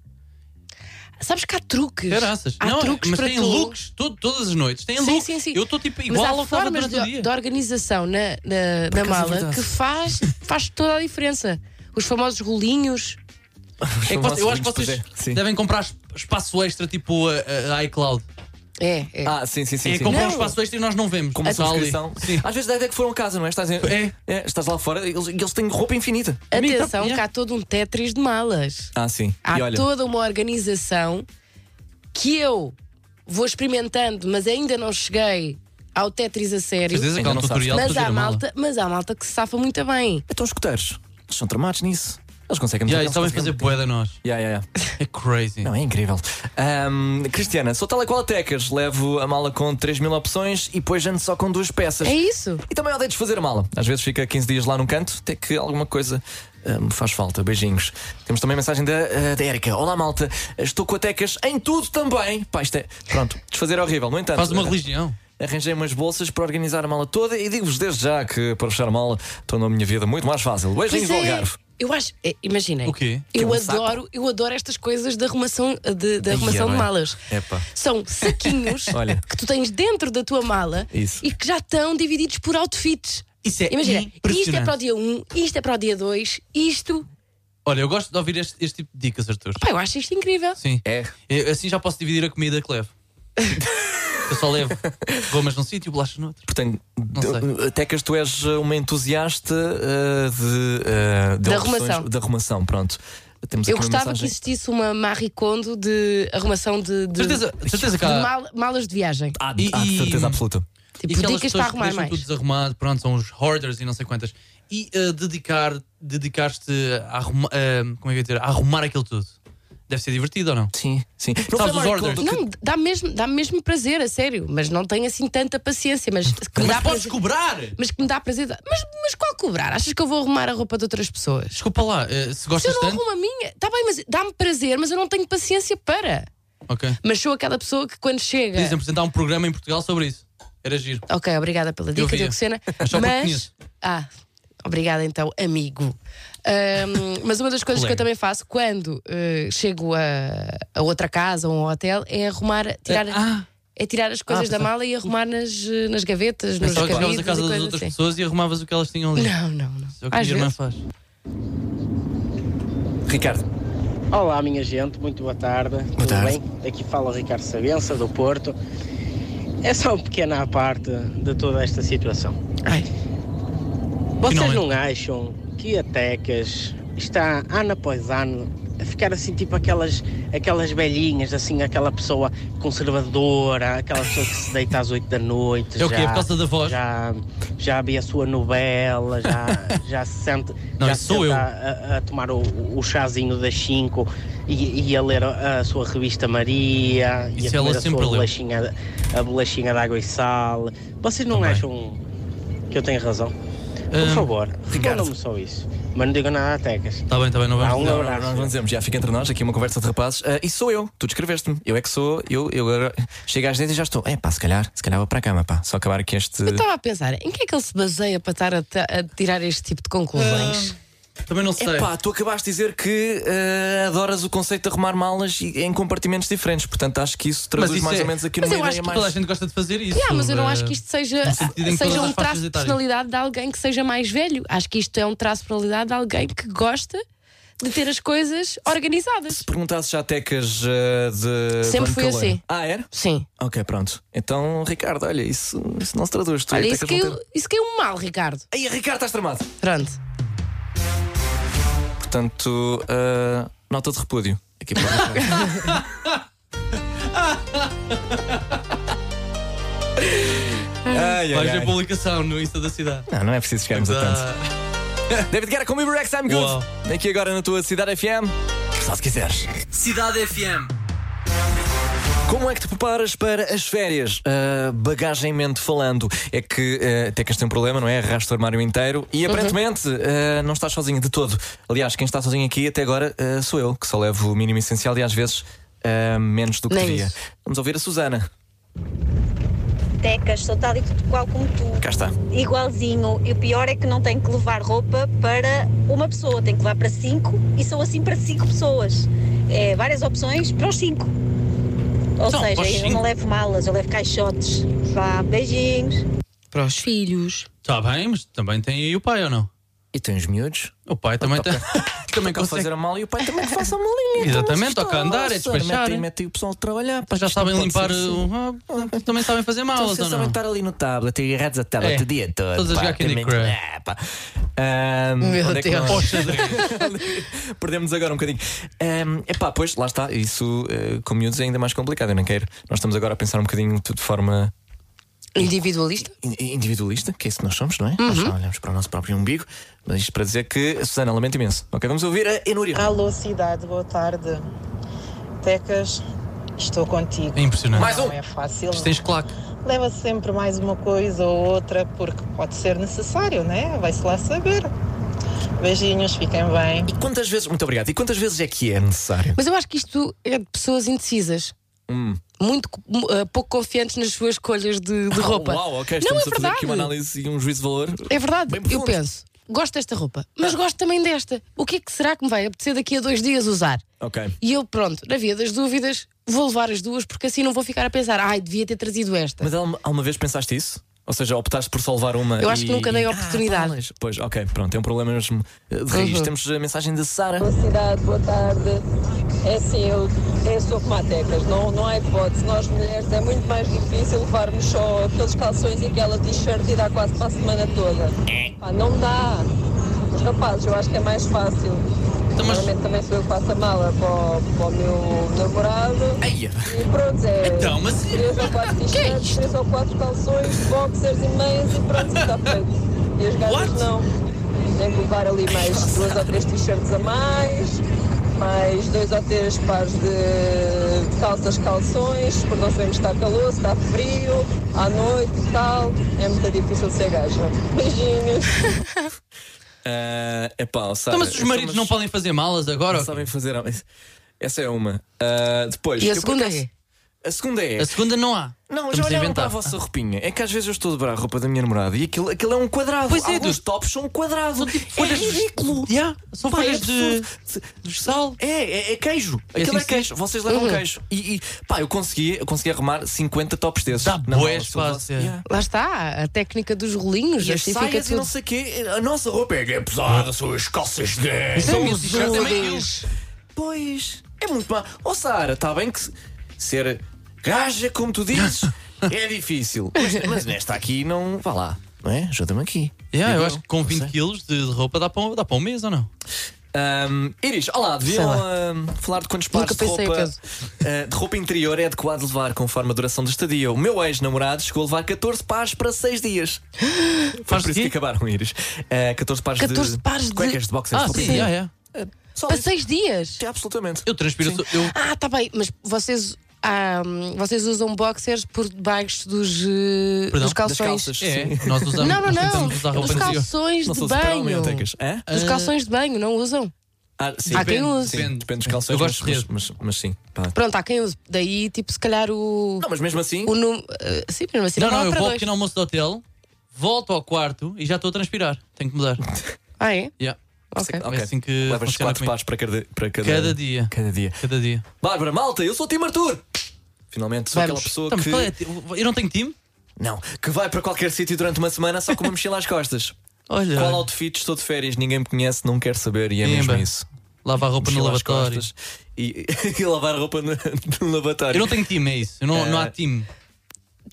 [SPEAKER 3] Sabes que há truques.
[SPEAKER 5] Caraças.
[SPEAKER 3] Há
[SPEAKER 5] não, é,
[SPEAKER 3] truques
[SPEAKER 5] mas
[SPEAKER 3] para
[SPEAKER 5] têm
[SPEAKER 3] tu.
[SPEAKER 5] looks to- todas as noites. Têm
[SPEAKER 3] Sim,
[SPEAKER 5] looks.
[SPEAKER 3] sim, sim.
[SPEAKER 5] Eu estou tipo
[SPEAKER 3] Mas
[SPEAKER 5] igual
[SPEAKER 3] há
[SPEAKER 5] ao que estava
[SPEAKER 3] formas
[SPEAKER 5] durante o
[SPEAKER 3] de,
[SPEAKER 5] dia.
[SPEAKER 3] de organização na, na, na
[SPEAKER 4] acaso é
[SPEAKER 3] mala
[SPEAKER 4] verdade.
[SPEAKER 3] que faz, faz toda a diferença. Os famosos rolinhos.
[SPEAKER 5] É que
[SPEAKER 4] Os
[SPEAKER 5] vocês- eu acho que
[SPEAKER 4] nossos
[SPEAKER 5] vocês
[SPEAKER 4] ouvintes, pois é. Sim.
[SPEAKER 5] devem comprar es- espaço extra tipo a, a- a iCloud.
[SPEAKER 3] É, é.
[SPEAKER 4] Ah, sim, sim, sim.
[SPEAKER 5] é
[SPEAKER 4] sim.
[SPEAKER 5] comprar um
[SPEAKER 3] Não.
[SPEAKER 5] espaço extra e nós não vemos.
[SPEAKER 4] Como
[SPEAKER 5] Está ali.
[SPEAKER 4] subscrição.
[SPEAKER 5] Sim.
[SPEAKER 4] Às vezes a ideia é que foram a casa, não é? Estás, em-
[SPEAKER 5] É.
[SPEAKER 4] É, estás lá fora, eles, eles têm roupa infinita.
[SPEAKER 3] Atenção,
[SPEAKER 5] então,
[SPEAKER 3] que há todo um Tetris de malas.
[SPEAKER 4] Ah, sim.
[SPEAKER 3] Há
[SPEAKER 4] e olha,
[SPEAKER 3] toda uma organização que eu vou experimentando, mas ainda não cheguei ao Tetris a sério.
[SPEAKER 5] Às vezes
[SPEAKER 4] Ainda
[SPEAKER 5] aquele
[SPEAKER 4] não sabes.
[SPEAKER 5] tutorial de
[SPEAKER 3] Mas
[SPEAKER 5] fazer
[SPEAKER 3] há,
[SPEAKER 5] a mala.
[SPEAKER 3] malta, mas há malta que se safa muito bem.
[SPEAKER 4] Então os escuteiros, eles são tramados nisso. Eles conseguem
[SPEAKER 5] Yeah,
[SPEAKER 4] eles
[SPEAKER 5] eles sabem fazer
[SPEAKER 4] conseguem-
[SPEAKER 5] boeda nós.
[SPEAKER 4] Yeah, yeah, yeah.
[SPEAKER 5] É crazy.
[SPEAKER 4] Não, é incrível. Ahm, Cristiana, sou tal e qual a Tecas. Levo a mala com 3 mil opções e depois ando só com duas peças.
[SPEAKER 3] É isso.
[SPEAKER 4] E também odeio desfazer a mala. Às vezes fica 15 dias lá num canto, até que alguma coisa ah, me faz falta. Beijinhos. Temos também a mensagem da, ah, da Erika. Olá, malta. Estou com a Tecas em tudo também. Pá, isto é. Pronto, desfazer é horrível. No entanto,
[SPEAKER 5] Faz uma
[SPEAKER 4] ah,
[SPEAKER 5] religião.
[SPEAKER 4] Arranjei umas bolsas para organizar a mala toda e digo-vos desde já que para fechar a mala tornou a minha vida muito mais fácil. Beijinhos,
[SPEAKER 3] Pois
[SPEAKER 4] do
[SPEAKER 3] é.
[SPEAKER 4] Algarve.
[SPEAKER 3] Eu acho, é, imaginem.
[SPEAKER 5] O quê?
[SPEAKER 4] Que é
[SPEAKER 3] Eu
[SPEAKER 4] um saco?
[SPEAKER 3] adoro, eu adoro estas coisas de arrumação de, de,
[SPEAKER 4] Ai,
[SPEAKER 3] arrumação de
[SPEAKER 4] é, não é?
[SPEAKER 3] malas.
[SPEAKER 4] Epá.
[SPEAKER 3] São saquinhos
[SPEAKER 4] Olha.
[SPEAKER 3] que tu tens dentro da tua mala
[SPEAKER 4] Isso.
[SPEAKER 3] e que já estão divididos por outfits.
[SPEAKER 5] Isso é
[SPEAKER 3] Imagina, isto é
[SPEAKER 5] impressionante.
[SPEAKER 3] para o dia 1, isto é para o dia 2, isto.
[SPEAKER 5] Olha, eu gosto de ouvir este, este tipo de dicas, Arthur.
[SPEAKER 3] Pá, eu acho isto incrível.
[SPEAKER 5] Sim.
[SPEAKER 4] É.
[SPEAKER 5] Eu- assim já posso dividir a comida que levo. Eu só levo gomas num sítio, bolachas no outro.
[SPEAKER 4] Portanto,
[SPEAKER 5] Não
[SPEAKER 4] de- Tecas, tu és uh, uma entusiasta uh, de, uh, de
[SPEAKER 3] Da
[SPEAKER 4] opções-
[SPEAKER 3] arrumação.
[SPEAKER 4] de arrumação, pronto. Temos
[SPEAKER 3] Eu
[SPEAKER 4] aqui uma
[SPEAKER 3] gostava que
[SPEAKER 4] mensagem.
[SPEAKER 3] existisse uma Marie Kondo de arrumação de, de,
[SPEAKER 5] Certeza, certeza que
[SPEAKER 3] de
[SPEAKER 5] há- Ah,
[SPEAKER 3] mal- malas de viagem.
[SPEAKER 4] Há, há
[SPEAKER 5] E-
[SPEAKER 4] Ah, de certeza
[SPEAKER 5] e-
[SPEAKER 4] absoluta.
[SPEAKER 3] Tipo,
[SPEAKER 5] E aquelas
[SPEAKER 3] dicas para
[SPEAKER 5] pessoas que
[SPEAKER 3] arrumar
[SPEAKER 5] deixam
[SPEAKER 3] mais.
[SPEAKER 5] tudo desarrumado, pronto, são os hoarders e não sei quantas. E ah, dedicar, dedicar-te a arrumar, ah, como é que eu ia dizer, a arrumar aquilo tudo. Deve ser divertido ou não?
[SPEAKER 4] Sim, sim.
[SPEAKER 5] Sabes
[SPEAKER 4] foi
[SPEAKER 5] os
[SPEAKER 4] Marie
[SPEAKER 5] orders?
[SPEAKER 4] Kondo que-
[SPEAKER 3] Não, dá mesmo, dá mesmo prazer, a sério. Mas não tenho assim tanta paciência. Mas que me dá
[SPEAKER 5] Mas podes
[SPEAKER 3] prazer.
[SPEAKER 5] cobrar!
[SPEAKER 3] Mas que me dá prazer. dá. Mas, mas qual cobrar? Achas que eu vou arrumar a roupa de outras pessoas?
[SPEAKER 5] Desculpa lá, ah, se
[SPEAKER 3] Se eu
[SPEAKER 5] gostas
[SPEAKER 3] não
[SPEAKER 5] tanto.
[SPEAKER 3] arrumo a minha, está bem, mas dá-me prazer, mas eu não tenho paciência para.
[SPEAKER 5] Ok.
[SPEAKER 3] Mas sou aquela pessoa que quando chega.
[SPEAKER 5] Podias apresentar um programa em Portugal sobre isso. Era giro.
[SPEAKER 3] Ok, obrigada pela dica,
[SPEAKER 5] via.
[SPEAKER 3] Diogo Sena.
[SPEAKER 5] Mas só porque conheço.
[SPEAKER 3] Ah, obrigada então, amigo. Ahm, mas uma das coisas que eu
[SPEAKER 5] Colega.
[SPEAKER 3] também faço quando eh, chego a, a outra casa ou a um hotel é arrumar, tirar,
[SPEAKER 5] Ah,
[SPEAKER 3] é tirar as coisas da mala e arrumar nas, eh, nas gavetas, nos
[SPEAKER 5] pensava que chegavas
[SPEAKER 3] cabides
[SPEAKER 5] a
[SPEAKER 3] e
[SPEAKER 5] casa das
[SPEAKER 3] coisas
[SPEAKER 5] outras
[SPEAKER 3] assim.
[SPEAKER 5] pessoas e arrumavas o que elas tinham ali.
[SPEAKER 3] Não, não, não.
[SPEAKER 5] Isso é o que a
[SPEAKER 3] Às
[SPEAKER 5] minha irmã
[SPEAKER 3] vezes.
[SPEAKER 5] faz.
[SPEAKER 4] Ricardo,
[SPEAKER 7] Olá, minha gente, muito boa tarde. Tudo
[SPEAKER 4] tarde.
[SPEAKER 7] bem? Daqui fala o Ricardo Sabença, do Porto. É só um pequeno à parte de toda esta situação.
[SPEAKER 3] Ai,
[SPEAKER 7] Vocês
[SPEAKER 5] Finalmente.
[SPEAKER 7] não acham que a Tecas está ano após ano a ficar assim tipo aquelas, aquelas velhinhas, assim, aquela pessoa conservadora, aquela pessoa que se deita às 8 da noite.
[SPEAKER 5] É o quê?
[SPEAKER 7] já-
[SPEAKER 5] Por causa da voz?
[SPEAKER 7] Já, já abre a sua novela, já, já se sente,
[SPEAKER 5] Não,
[SPEAKER 7] já
[SPEAKER 5] isso
[SPEAKER 7] se
[SPEAKER 5] sou
[SPEAKER 7] sente
[SPEAKER 5] eu.
[SPEAKER 7] A, a- a tomar o, o chazinho das 5 e, e a ler a, a sua revista Maria e a
[SPEAKER 5] Isso é ela
[SPEAKER 7] comer a
[SPEAKER 5] sempre
[SPEAKER 7] sua
[SPEAKER 5] leu.
[SPEAKER 7] bolachinha, a bolachinha de água e sal. Vocês não
[SPEAKER 5] Também. Hum,
[SPEAKER 7] acham que eu tenho razão? Por
[SPEAKER 5] Ahm,
[SPEAKER 7] favor,
[SPEAKER 4] Ricardo.
[SPEAKER 7] respondam-me só isso. Mas não digam nada a Tecas.
[SPEAKER 5] Tá bem, tá bem, não
[SPEAKER 7] Há
[SPEAKER 5] vamos
[SPEAKER 7] um
[SPEAKER 5] dizer.
[SPEAKER 4] nós não
[SPEAKER 7] abraço.
[SPEAKER 4] dizemos, já fica entre nós, aqui uma conversa de rapazes. Ah, e sou eu, tu descreveste-me. Eu é que sou, eu, eu agora chego às 10 e já estou. É pá, se calhar, se calhar vou para a cama, pá. Só acabar aqui este.
[SPEAKER 3] eu estava a pensar, em que é que ele se baseia para estar a, ta- a tirar este tipo de
[SPEAKER 5] Ah,
[SPEAKER 3] conclusões?
[SPEAKER 5] Ahm, Também não
[SPEAKER 3] é
[SPEAKER 5] sei.
[SPEAKER 4] Epá, tu acabaste de dizer que ah, adoras o conceito de arrumar malas e- em compartimentos diferentes, portanto acho que isso traduz
[SPEAKER 5] isso
[SPEAKER 4] mais
[SPEAKER 5] é-
[SPEAKER 4] ou menos aqui
[SPEAKER 3] Mas
[SPEAKER 4] numa
[SPEAKER 3] eu
[SPEAKER 4] ideia
[SPEAKER 3] acho que
[SPEAKER 4] mais.
[SPEAKER 5] Toda a gente gosta de fazer isso.
[SPEAKER 3] Yeah, Ah, mas eu não
[SPEAKER 5] eh,
[SPEAKER 3] acho que isto seja,
[SPEAKER 5] no sentido em que
[SPEAKER 3] seja
[SPEAKER 5] todas
[SPEAKER 3] um traço
[SPEAKER 5] as faixas
[SPEAKER 3] de
[SPEAKER 5] etárias.
[SPEAKER 3] personalidade de alguém que seja mais velho. Acho que isto é um traço de personalidade de alguém que gosta de ter as coisas organizadas.
[SPEAKER 4] Se perguntasse já tecas ah, de.
[SPEAKER 3] Sempre
[SPEAKER 4] Vano
[SPEAKER 3] fui
[SPEAKER 4] Caloeiro.
[SPEAKER 3] assim.
[SPEAKER 4] Ah, era?
[SPEAKER 3] Sim.
[SPEAKER 4] Ok, pronto. Então, Ricardo, olha, isso, isso não se traduz. Tu
[SPEAKER 3] Olha,
[SPEAKER 4] e
[SPEAKER 3] isso
[SPEAKER 4] Tecas
[SPEAKER 3] que,
[SPEAKER 4] vão ter-
[SPEAKER 3] isso que é um mal, Ricardo.
[SPEAKER 4] Aí, Ricardo, estás tramado.
[SPEAKER 3] Pronto.
[SPEAKER 4] Portanto, ah, nota de repúdio. Aqui para o Ricardo. ai, ai,
[SPEAKER 5] Vais ver
[SPEAKER 4] ai.
[SPEAKER 5] publicação no Insta da cidade.
[SPEAKER 4] Não, não é preciso chegarmos a tanto.
[SPEAKER 5] Ah,
[SPEAKER 4] David Guerra com o Rex I'm Good.
[SPEAKER 5] Uau.
[SPEAKER 4] Aqui agora na tua Cidade FM. Só se quiseres.
[SPEAKER 1] Cidade FM.
[SPEAKER 4] Como é que te preparas para as férias? Ah, bagagem em mente falando. É que ah, Tecas tem um problema, não é? Arrasta o armário inteiro
[SPEAKER 3] Uhum.
[SPEAKER 4] e aparentemente ah, não estás sozinho de todo. Aliás, quem está sozinho aqui até agora ah, sou eu, que só levo o mínimo essencial e às vezes ah, menos do que
[SPEAKER 3] Nem
[SPEAKER 4] devia.
[SPEAKER 3] isso.
[SPEAKER 4] Vamos ouvir a Susana.
[SPEAKER 8] Tecas, sou tal e tudo qual como tu.
[SPEAKER 4] Cá está.
[SPEAKER 8] Igualzinho. E o pior é que não tenho que levar roupa para uma pessoa, tenho que levar para cinco e sou assim para cinco pessoas. É, várias opções para os cinco. Ou
[SPEAKER 5] Então,
[SPEAKER 8] seja,
[SPEAKER 5] para os
[SPEAKER 8] eu
[SPEAKER 5] cinco.
[SPEAKER 8] não levo malas, eu levo caixotes. Vá, beijinhos.
[SPEAKER 3] Para os filhos.
[SPEAKER 5] Tá bem, mas também tem aí o pai ou não?
[SPEAKER 4] E tem os miúdos.
[SPEAKER 5] O pai também tem. também
[SPEAKER 4] Toca a
[SPEAKER 5] consegue.
[SPEAKER 4] fazer a mala e o pai também te faz a malinha.
[SPEAKER 5] Exatamente,
[SPEAKER 4] Então,
[SPEAKER 5] toca a andar, é despachar.
[SPEAKER 4] Mete, mete o pessoal a trabalhar. pá,
[SPEAKER 5] Mas já
[SPEAKER 4] isto não
[SPEAKER 5] sabem
[SPEAKER 4] pode
[SPEAKER 5] limpar.
[SPEAKER 4] ser assim.
[SPEAKER 5] o- ah, também sabem fazer
[SPEAKER 4] Então,
[SPEAKER 5] malas
[SPEAKER 4] vocês
[SPEAKER 5] ou
[SPEAKER 4] sabem
[SPEAKER 5] não?
[SPEAKER 4] estar ali no tablet e agarrados a tablet
[SPEAKER 5] É.
[SPEAKER 4] o dia todo.
[SPEAKER 5] Todos a
[SPEAKER 4] pá,
[SPEAKER 5] jogar Candy
[SPEAKER 4] também-
[SPEAKER 5] Crush.
[SPEAKER 4] É, pá. Ahm,
[SPEAKER 3] Meu
[SPEAKER 4] onde é que
[SPEAKER 3] Deus.
[SPEAKER 4] nós-
[SPEAKER 5] Ó, xadrez.
[SPEAKER 4] Perdemos agora um bocadinho. É epá, pois, lá está. Isso eh, com miúdos é ainda mais complicado. Eu não quero. Nós estamos agora a pensar um bocadinho de de forma
[SPEAKER 3] Individualista?
[SPEAKER 4] in- individualista, que é isso que nós somos, não é? Nós
[SPEAKER 5] Uhum.
[SPEAKER 4] só olhamos para o nosso próprio umbigo. Mas isto para dizer que, Susana, lamento imenso. Ok, vamos ouvir a Enúria.
[SPEAKER 9] Alô, cidade, boa tarde. Tecas, estou contigo.
[SPEAKER 5] É impressionante.
[SPEAKER 4] Mais um.
[SPEAKER 9] Não é fácil.
[SPEAKER 5] Isto Então, tens claque.
[SPEAKER 9] Leva sempre mais uma coisa ou outra, porque pode ser necessário, né? Vai-se lá saber. Beijinhos, fiquem bem.
[SPEAKER 4] E quantas vezes. Muito obrigado. E quantas vezes é que é necessário?
[SPEAKER 3] Mas eu acho que isto é de pessoas indecisas.
[SPEAKER 4] Hum.
[SPEAKER 3] Muito co- mu- eh, pouco confiantes nas suas escolhas de, de roupa.
[SPEAKER 4] Uau, ok.
[SPEAKER 3] Não,
[SPEAKER 4] Estamos
[SPEAKER 3] é
[SPEAKER 4] a fazer aqui uma
[SPEAKER 3] verdade.
[SPEAKER 4] análise e um juízo de valor.
[SPEAKER 3] É verdade.
[SPEAKER 4] Bem
[SPEAKER 3] Eu
[SPEAKER 4] profundo.
[SPEAKER 3] penso, gosto desta roupa, mas gosto também desta. O que é que será que me vai apetecer daqui a dois dias usar?
[SPEAKER 4] Ok.
[SPEAKER 3] E eu, pronto, na via das dúvidas, vou levar as duas, porque assim não vou ficar a pensar, ai, devia ter trazido esta.
[SPEAKER 4] Mas alguma alguma vez pensaste isso? Ou seja, optaste por salvar uma?
[SPEAKER 3] Eu acho que
[SPEAKER 4] e-
[SPEAKER 3] nunca dei
[SPEAKER 4] e-
[SPEAKER 3] oportunidade.
[SPEAKER 4] Ah, pois, ok, pronto, é um problema mesmo eh, de raiz.
[SPEAKER 3] Uhum.
[SPEAKER 4] Temos a mensagem da Sara.
[SPEAKER 10] Boa cidade, boa tarde.
[SPEAKER 9] É sim, eu, eu sou como há teclas, não, não há hipótese. Nós mulheres é muito mais difícil levarmos só aqueles calções e aquela t-shirt e dá quase para a semana toda. Pá, não dá. Os rapazes, eu acho que é mais fácil.
[SPEAKER 5] Então, mas-
[SPEAKER 9] Normalmente também sou eu que faço a mala para o, para o meu namorado.
[SPEAKER 5] Eia.
[SPEAKER 9] E pronto, é.
[SPEAKER 5] Então, mas- é
[SPEAKER 9] Três ou quatro t-shirts, três ou quatro calções, boxers e meias e tá. pronto, está feito. E as gajas
[SPEAKER 5] What?
[SPEAKER 9] não. Tem que levar ali mais duas ou três t-shirts a mais, mais dois ou três pares de de calças, calções, porque não sabemos se está calor, se está frio, à noite e tal. É muito difícil ser gaja. Beijinhos.
[SPEAKER 4] Ah, epá, sabe,
[SPEAKER 5] Então, mas os
[SPEAKER 4] então,
[SPEAKER 5] maridos
[SPEAKER 4] mas
[SPEAKER 5] não podem fazer malas agora?
[SPEAKER 4] não sabem fazer. Essa é uma. Ah, depois.
[SPEAKER 3] E a
[SPEAKER 4] eu por
[SPEAKER 3] segunda
[SPEAKER 4] acaso-
[SPEAKER 3] é?
[SPEAKER 4] A segunda é.
[SPEAKER 5] A segunda não há.
[SPEAKER 4] Não,
[SPEAKER 5] Estamos
[SPEAKER 4] já
[SPEAKER 5] a
[SPEAKER 4] olharam
[SPEAKER 5] inventar.
[SPEAKER 4] para a vossa roupinha. É que às vezes eu estou a dobrar a roupa da minha namorada e aquilo, aquilo é um quadrado.
[SPEAKER 5] Pois é,
[SPEAKER 4] Alguns
[SPEAKER 5] tu-
[SPEAKER 4] tops são um quadrado.
[SPEAKER 5] São tipo
[SPEAKER 4] é
[SPEAKER 5] folhas-
[SPEAKER 4] ridículo.
[SPEAKER 5] Yeah, são
[SPEAKER 4] Pá, é
[SPEAKER 5] folhas de,
[SPEAKER 4] absurdo.
[SPEAKER 5] de sal.
[SPEAKER 4] É, é, é queijo.
[SPEAKER 5] É
[SPEAKER 4] Aquilo é,
[SPEAKER 5] assim que
[SPEAKER 4] queijo. Vocês levam
[SPEAKER 3] Uhum.
[SPEAKER 4] queijo. E, e, pá, eu consegui, eu consegui arrumar 50 tops desses.
[SPEAKER 5] Dá
[SPEAKER 4] na
[SPEAKER 5] bué
[SPEAKER 4] mala, se eu
[SPEAKER 5] espaço,
[SPEAKER 4] fosse.
[SPEAKER 5] é.
[SPEAKER 3] Lá está, a técnica dos rolinhos
[SPEAKER 4] E as
[SPEAKER 3] justifica
[SPEAKER 4] saias e
[SPEAKER 3] tudo.
[SPEAKER 4] não sei o quê. A nossa roupa é que é pesada, são as calças de.
[SPEAKER 5] São
[SPEAKER 3] Sim,
[SPEAKER 5] os
[SPEAKER 3] sim,
[SPEAKER 5] shirts
[SPEAKER 3] sim.
[SPEAKER 5] também que eles-
[SPEAKER 4] Pois, é muito má. Ó Sara, está bem que se- ser gaja, como tu dizes, é difícil. Mas, mas nesta aqui não. Vá lá, não é? Ajuda-me aqui.
[SPEAKER 5] Yeah,
[SPEAKER 4] Digo
[SPEAKER 5] eu acho que com
[SPEAKER 4] não sei.
[SPEAKER 5] 20 quilos de de roupa dá para, dá para um mês ou não?
[SPEAKER 4] Ahm, Iris, olá, deviam
[SPEAKER 3] Sei
[SPEAKER 4] ahm, falar de quantos
[SPEAKER 3] Nunca
[SPEAKER 4] pares de
[SPEAKER 3] pensei,
[SPEAKER 4] roupa,
[SPEAKER 3] Pedro.
[SPEAKER 4] ah, de roupa interior é adequado levar conforme a duração do estadia. O meu ex-namorado chegou a levar 14 pares para 6 dias. Foi
[SPEAKER 5] Pares
[SPEAKER 4] por
[SPEAKER 5] de
[SPEAKER 4] isso que
[SPEAKER 5] quê?
[SPEAKER 4] acabaram, Iris. Ah, 14 pares
[SPEAKER 3] 14
[SPEAKER 4] de, é
[SPEAKER 3] pares de-
[SPEAKER 4] cuecas de boxers.
[SPEAKER 5] Ah,
[SPEAKER 4] roupa
[SPEAKER 5] sim,
[SPEAKER 4] interior.
[SPEAKER 5] yeah, yeah.
[SPEAKER 4] Só
[SPEAKER 3] Para
[SPEAKER 4] isso.
[SPEAKER 3] seis dias?
[SPEAKER 4] Sim, Absolutamente.
[SPEAKER 5] Eu transpiro.
[SPEAKER 4] Sim.
[SPEAKER 5] Eu,
[SPEAKER 3] Ah, tá bem, mas vocês, ah, vocês usam boxers por debaixo dos, eh,
[SPEAKER 5] Perdão,
[SPEAKER 3] dos
[SPEAKER 4] das
[SPEAKER 3] calções.
[SPEAKER 4] calças.
[SPEAKER 5] é,
[SPEAKER 4] sim.
[SPEAKER 5] nós usamos.
[SPEAKER 3] Não, não, não.
[SPEAKER 5] tentamos usar roupa
[SPEAKER 3] Dos
[SPEAKER 5] interior.
[SPEAKER 3] calções
[SPEAKER 4] Não
[SPEAKER 3] de
[SPEAKER 4] sou
[SPEAKER 3] banho.
[SPEAKER 4] super-homem, Tecas. Hã?
[SPEAKER 5] Ah,
[SPEAKER 3] Dos calções de banho, não usam?
[SPEAKER 4] Ah, sim.
[SPEAKER 3] Há quem
[SPEAKER 4] Depende,
[SPEAKER 3] use.
[SPEAKER 4] sim, Depende, dos
[SPEAKER 5] Eu
[SPEAKER 4] calções,
[SPEAKER 5] gosto de
[SPEAKER 4] mas,
[SPEAKER 5] rede.
[SPEAKER 4] mas, mas, mas sim. pá.
[SPEAKER 3] Pronto, há quem use. Daí, tipo, se calhar o.
[SPEAKER 4] Não, mas mesmo assim,
[SPEAKER 3] o num- eh, sim, mesmo assim,
[SPEAKER 5] Não,
[SPEAKER 3] não,
[SPEAKER 5] não,
[SPEAKER 3] dá
[SPEAKER 5] eu
[SPEAKER 3] para
[SPEAKER 5] vou ao
[SPEAKER 3] dois.
[SPEAKER 5] pequeno almoço do hotel, volto ao quarto e já estou a transpirar. Tenho que mudar.
[SPEAKER 3] Ah, é?
[SPEAKER 5] Yeah.
[SPEAKER 3] Ok.
[SPEAKER 5] É assim que
[SPEAKER 4] levas
[SPEAKER 5] funciona
[SPEAKER 4] 4
[SPEAKER 5] comigo.
[SPEAKER 4] pares para cada, para cada,
[SPEAKER 5] Cada dia.
[SPEAKER 4] Cada dia.
[SPEAKER 5] Cada dia.
[SPEAKER 4] Bárbara, malta, eu sou o Tim Arthur! Finalmente sou
[SPEAKER 3] Vamos.
[SPEAKER 4] aquela pessoa
[SPEAKER 5] Então, mas
[SPEAKER 4] que.
[SPEAKER 5] qual é a ti- Eu não tenho time?
[SPEAKER 4] Não, que vai para qualquer sítio durante uma semana só com uma mochila às costas.
[SPEAKER 5] Olha.
[SPEAKER 4] Qual outfit estou de férias? Ninguém me conhece, não quer saber e é
[SPEAKER 5] Pimba.
[SPEAKER 4] mesmo isso.
[SPEAKER 5] Lava a roupa no
[SPEAKER 4] Mochila às
[SPEAKER 5] lavatório.
[SPEAKER 4] costas e, e lavar a roupa no, no lavatório.
[SPEAKER 5] Eu não tenho time, é isso. Eu não, não há time.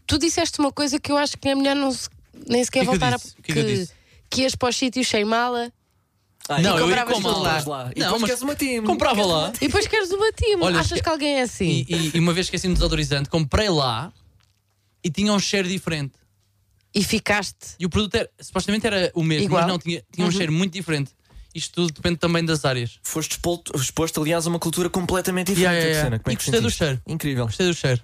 [SPEAKER 3] Tu disseste uma coisa que eu acho que é melhor não se- nem sequer
[SPEAKER 5] Que que eu
[SPEAKER 3] voltar
[SPEAKER 5] disse?
[SPEAKER 3] a.
[SPEAKER 5] Que que eu disse?
[SPEAKER 3] que ias para os sítios sem mala
[SPEAKER 4] Ah, e
[SPEAKER 5] Não, eu ia
[SPEAKER 4] compravas
[SPEAKER 5] com
[SPEAKER 4] tudo
[SPEAKER 5] lá.
[SPEAKER 4] lá. E
[SPEAKER 5] Não,
[SPEAKER 4] depois
[SPEAKER 5] mas
[SPEAKER 4] queres uma time.
[SPEAKER 5] Comprava
[SPEAKER 4] Queres
[SPEAKER 5] lá.
[SPEAKER 4] uma
[SPEAKER 3] e depois queres uma time.
[SPEAKER 5] Olha,
[SPEAKER 3] Achas
[SPEAKER 5] esque-
[SPEAKER 3] que alguém é assim?
[SPEAKER 5] E, e- e uma vez esqueci-me de desodorizante, comprei lá e tinha um cheiro diferente.
[SPEAKER 3] E ficaste.
[SPEAKER 5] E o produto era, supostamente era o mesmo,
[SPEAKER 3] Igual.
[SPEAKER 5] mas não, tinha, tinha
[SPEAKER 4] Uhum.
[SPEAKER 5] um cheiro muito diferente. Isto tudo depende também das áreas.
[SPEAKER 4] Foste exposto, exposto, aliás, a uma cultura completamente diferente.
[SPEAKER 5] Yeah, yeah, yeah.
[SPEAKER 4] Luciana. Como é
[SPEAKER 5] E
[SPEAKER 4] que
[SPEAKER 5] gostei do
[SPEAKER 4] sentiste?
[SPEAKER 5] cheiro.
[SPEAKER 4] Incrível.
[SPEAKER 5] Gostei do cheiro.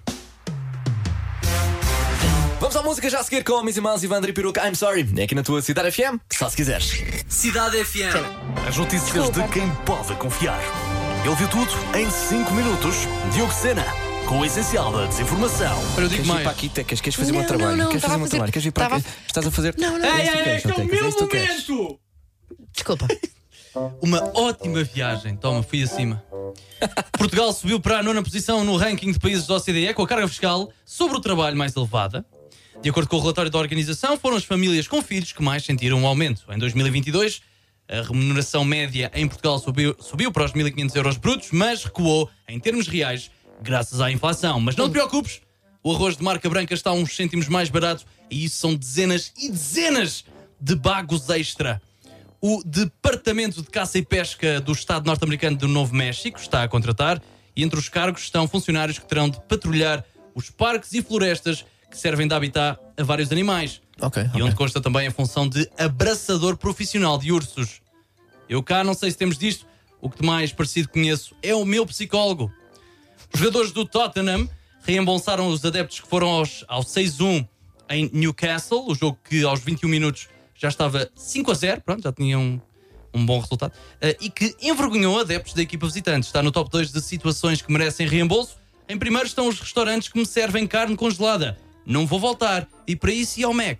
[SPEAKER 4] Vamos à música já a seguir com a Missy Mans, Ivandro e Peruca. I'm sorry. É aqui na tua Cidade FM, só se quiseres.
[SPEAKER 1] Cidade FM. As notícias de quem pode confiar. Ele viu tudo em 5 minutos. Diogo Sena, com o essencial da desinformação.
[SPEAKER 5] Para eu digo
[SPEAKER 4] Queres ir
[SPEAKER 5] mais.
[SPEAKER 4] para aqui, Tecas? Queres fazer
[SPEAKER 3] Não,
[SPEAKER 4] um
[SPEAKER 3] não,
[SPEAKER 4] trabalho?
[SPEAKER 3] não, estava
[SPEAKER 4] queres fazer um
[SPEAKER 3] a fazer-
[SPEAKER 4] trabalho? Queres vir para
[SPEAKER 3] estava
[SPEAKER 4] aqui? Estás a fazer.
[SPEAKER 3] Não, não, não.
[SPEAKER 4] É isso que queres,
[SPEAKER 5] um
[SPEAKER 4] não, Tecas, é isso que tu queres.
[SPEAKER 3] Desculpa.
[SPEAKER 5] Uma ótima viagem. Toma, fui acima. Portugal subiu para a nona posição no ranking de países da OCDE com a carga fiscal sobre o trabalho mais elevada. De acordo com o relatório da organização, foram as famílias com filhos que mais sentiram um aumento. Em 2022, a remuneração média em Portugal subiu, subiu para os 1.500 euros brutos, mas recuou em termos reais graças à inflação. Mas não te preocupes, o arroz de marca branca está uns cêntimos mais barato e isso são dezenas e dezenas de bagos extra. O Departamento de Caça e Pesca do Estado norte-americano do Novo México está a contratar e entre os cargos estão funcionários que terão de patrulhar os parques e florestas que servem de habitat a vários animais.
[SPEAKER 4] Ok,
[SPEAKER 5] E
[SPEAKER 4] ok.
[SPEAKER 5] onde consta também a função de abraçador profissional de ursos. Eu cá não sei se temos disto, o que de mais parecido conheço é o meu psicólogo. Os jogadores do Tottenham reembolsaram os adeptos que foram aos, ao 6-1 em Newcastle, o jogo que aos 21 minutos já estava 5-0, pronto, já tinha um, um bom resultado, eh, e que envergonhou adeptos da equipa visitante. Está no top 2 de situações que merecem reembolso. Em primeiro estão os restaurantes que me servem carne congelada. Não vou voltar, e para isso ia ao Mac.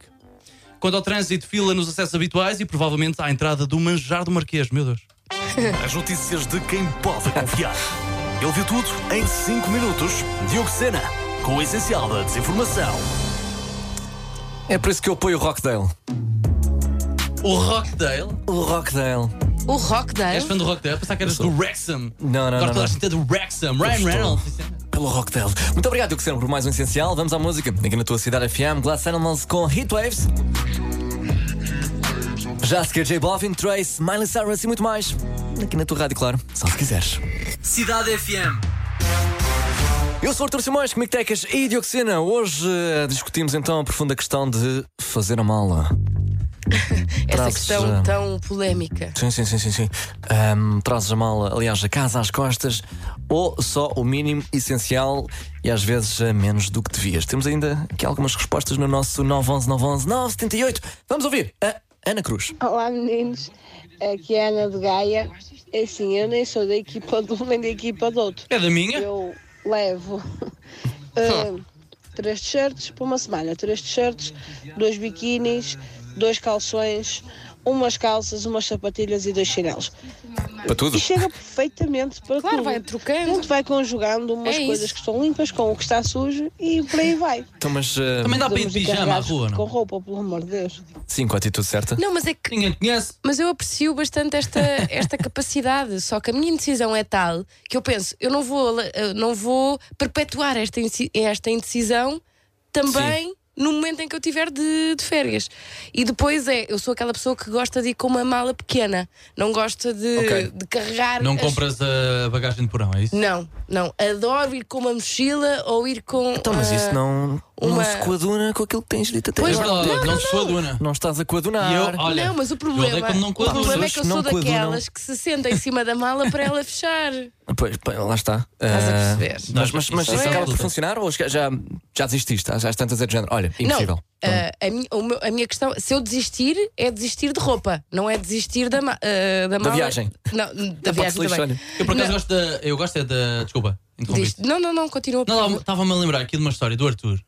[SPEAKER 5] Quanto ao trânsito, fila nos acessos habituais e provavelmente à entrada do manjar do Marquês, meu Deus.
[SPEAKER 1] As notícias de quem pode confiar. Ele viu tudo em 5 minutos. Diogo Sena, com o essencial da desinformação.
[SPEAKER 4] É por isso que eu apoio o Rockdale.
[SPEAKER 5] O Rockdale
[SPEAKER 4] O Rockdale.
[SPEAKER 3] O Rock Day.
[SPEAKER 5] És fã do Rock Dead? Pensava que eras do Wrexham.
[SPEAKER 4] Não, não,
[SPEAKER 5] Agora
[SPEAKER 4] não,
[SPEAKER 5] toda a
[SPEAKER 4] não.
[SPEAKER 5] gente é do Wrexham. Ryan
[SPEAKER 4] estou.
[SPEAKER 5] Reynolds. isso é-
[SPEAKER 4] Pelo Rockdale. Muito obrigado, Cristiano, por mais um essencial. Vamos à música. Aqui na tua cidade FM, Glass Animals com Heatwaves. Já a seguir, J Balvin, Trace, Miley Cyrus e muito mais. Aqui na tua rádio, claro. Só se quiseres.
[SPEAKER 1] Cidade FM.
[SPEAKER 4] Eu sou o Artur Simões, comigo Tecas e Dioxina. Hoje eh, discutimos então a profunda questão de fazer a mala.
[SPEAKER 3] Essa
[SPEAKER 4] trazes,
[SPEAKER 3] questão
[SPEAKER 4] eh,
[SPEAKER 3] tão polémica.
[SPEAKER 4] Sim, sim, sim, sim. sim. Ahm, trazes a mala, aliás, a casa às costas ou só o mínimo essencial e às vezes a menos do que devias? Temos ainda aqui algumas respostas no nosso 911 911 978. Vamos ouvir a Ana Cruz.
[SPEAKER 3] Oh,
[SPEAKER 10] Olá meninos, aqui é a Ana de Gaia. É Assim, eu nem sou da equipa de um nem da equipa do outro.
[SPEAKER 5] É da minha?
[SPEAKER 10] Eu levo eh, três t-shirts para uma semana, três t-shirts, dois biquinis, dois calções, umas calças, umas sapatilhas e dois chinelos.
[SPEAKER 4] Para tudo.
[SPEAKER 10] E chega perfeitamente para
[SPEAKER 3] Claro,
[SPEAKER 10] tudo.
[SPEAKER 3] vai
[SPEAKER 10] A
[SPEAKER 3] trocando.
[SPEAKER 10] gente vai conjugando umas
[SPEAKER 3] É
[SPEAKER 10] coisas
[SPEAKER 3] isso.
[SPEAKER 10] que estão limpas com o que está sujo e por aí vai.
[SPEAKER 4] Então, mas ah,
[SPEAKER 5] Também dá para ir
[SPEAKER 10] Podemos
[SPEAKER 5] de pijama à
[SPEAKER 10] carregados
[SPEAKER 5] rua,
[SPEAKER 10] Com
[SPEAKER 5] não?
[SPEAKER 10] roupa, pelo amor de Deus.
[SPEAKER 4] sim, com a atitude certa.
[SPEAKER 3] Não, mas é que
[SPEAKER 5] Ninguém te conhece.
[SPEAKER 3] mas eu aprecio bastante esta, esta capacidade. Só que a minha indecisão é tal que eu penso, eu não vou, eh, não vou perpetuar esta, inci- esta indecisão também no momento em que eu tiver de, de férias. E depois é, eu sou aquela pessoa que gosta de ir com uma mala pequena, não gosta de,
[SPEAKER 4] Ok.
[SPEAKER 3] de carregar.
[SPEAKER 5] Não
[SPEAKER 3] as-
[SPEAKER 5] compras a bagagem de porão, é isso?
[SPEAKER 3] Não, não. Adoro ir com uma mochila ou ir com.
[SPEAKER 4] Então, mas
[SPEAKER 3] ah,
[SPEAKER 4] isso não, não
[SPEAKER 3] uma-
[SPEAKER 4] se coaduna com aquilo que tens dito até
[SPEAKER 5] É
[SPEAKER 3] Pois
[SPEAKER 4] agora.
[SPEAKER 5] verdade,
[SPEAKER 3] não,
[SPEAKER 5] não,
[SPEAKER 3] não,
[SPEAKER 5] se foi a dona.
[SPEAKER 4] Não estás a
[SPEAKER 5] E eu,
[SPEAKER 4] coadunar.
[SPEAKER 5] olha,
[SPEAKER 3] não, mas o
[SPEAKER 5] Eu odeio
[SPEAKER 3] problema,
[SPEAKER 5] quando não
[SPEAKER 3] o
[SPEAKER 5] coadunam.
[SPEAKER 3] problema é que eu
[SPEAKER 4] Pessoas que
[SPEAKER 3] sou
[SPEAKER 4] não coadunam.
[SPEAKER 3] daquelas que se senta em cima da mala para ela fechar.
[SPEAKER 4] Pois, pá, lá está.
[SPEAKER 3] Estás a
[SPEAKER 4] Ah,
[SPEAKER 3] perceber?
[SPEAKER 4] Mas, mas, mas
[SPEAKER 3] é
[SPEAKER 4] isso
[SPEAKER 5] Isso
[SPEAKER 4] acaba por
[SPEAKER 5] adulto.
[SPEAKER 4] funcionar ou já, já desististe? Já estás a dizer de género? Olha, impossível.
[SPEAKER 3] Não, ah, a, minha, o meu- a minha questão, se eu desistir, é desistir de roupa, não é desistir da, ma- ah, da mala.
[SPEAKER 4] viagem.
[SPEAKER 3] Não, da
[SPEAKER 4] Pode-se
[SPEAKER 3] viagem
[SPEAKER 4] lixar.
[SPEAKER 3] também.
[SPEAKER 5] Eu por acaso
[SPEAKER 3] é Não.
[SPEAKER 5] gosto da. Eu gosto é da. Desculpa,
[SPEAKER 3] Diz-
[SPEAKER 5] interrompi.
[SPEAKER 3] não, não, não, continua. por
[SPEAKER 5] Não,
[SPEAKER 3] favor.
[SPEAKER 5] estava-me a lembrar aqui de uma história do Arthur.
[SPEAKER 4] O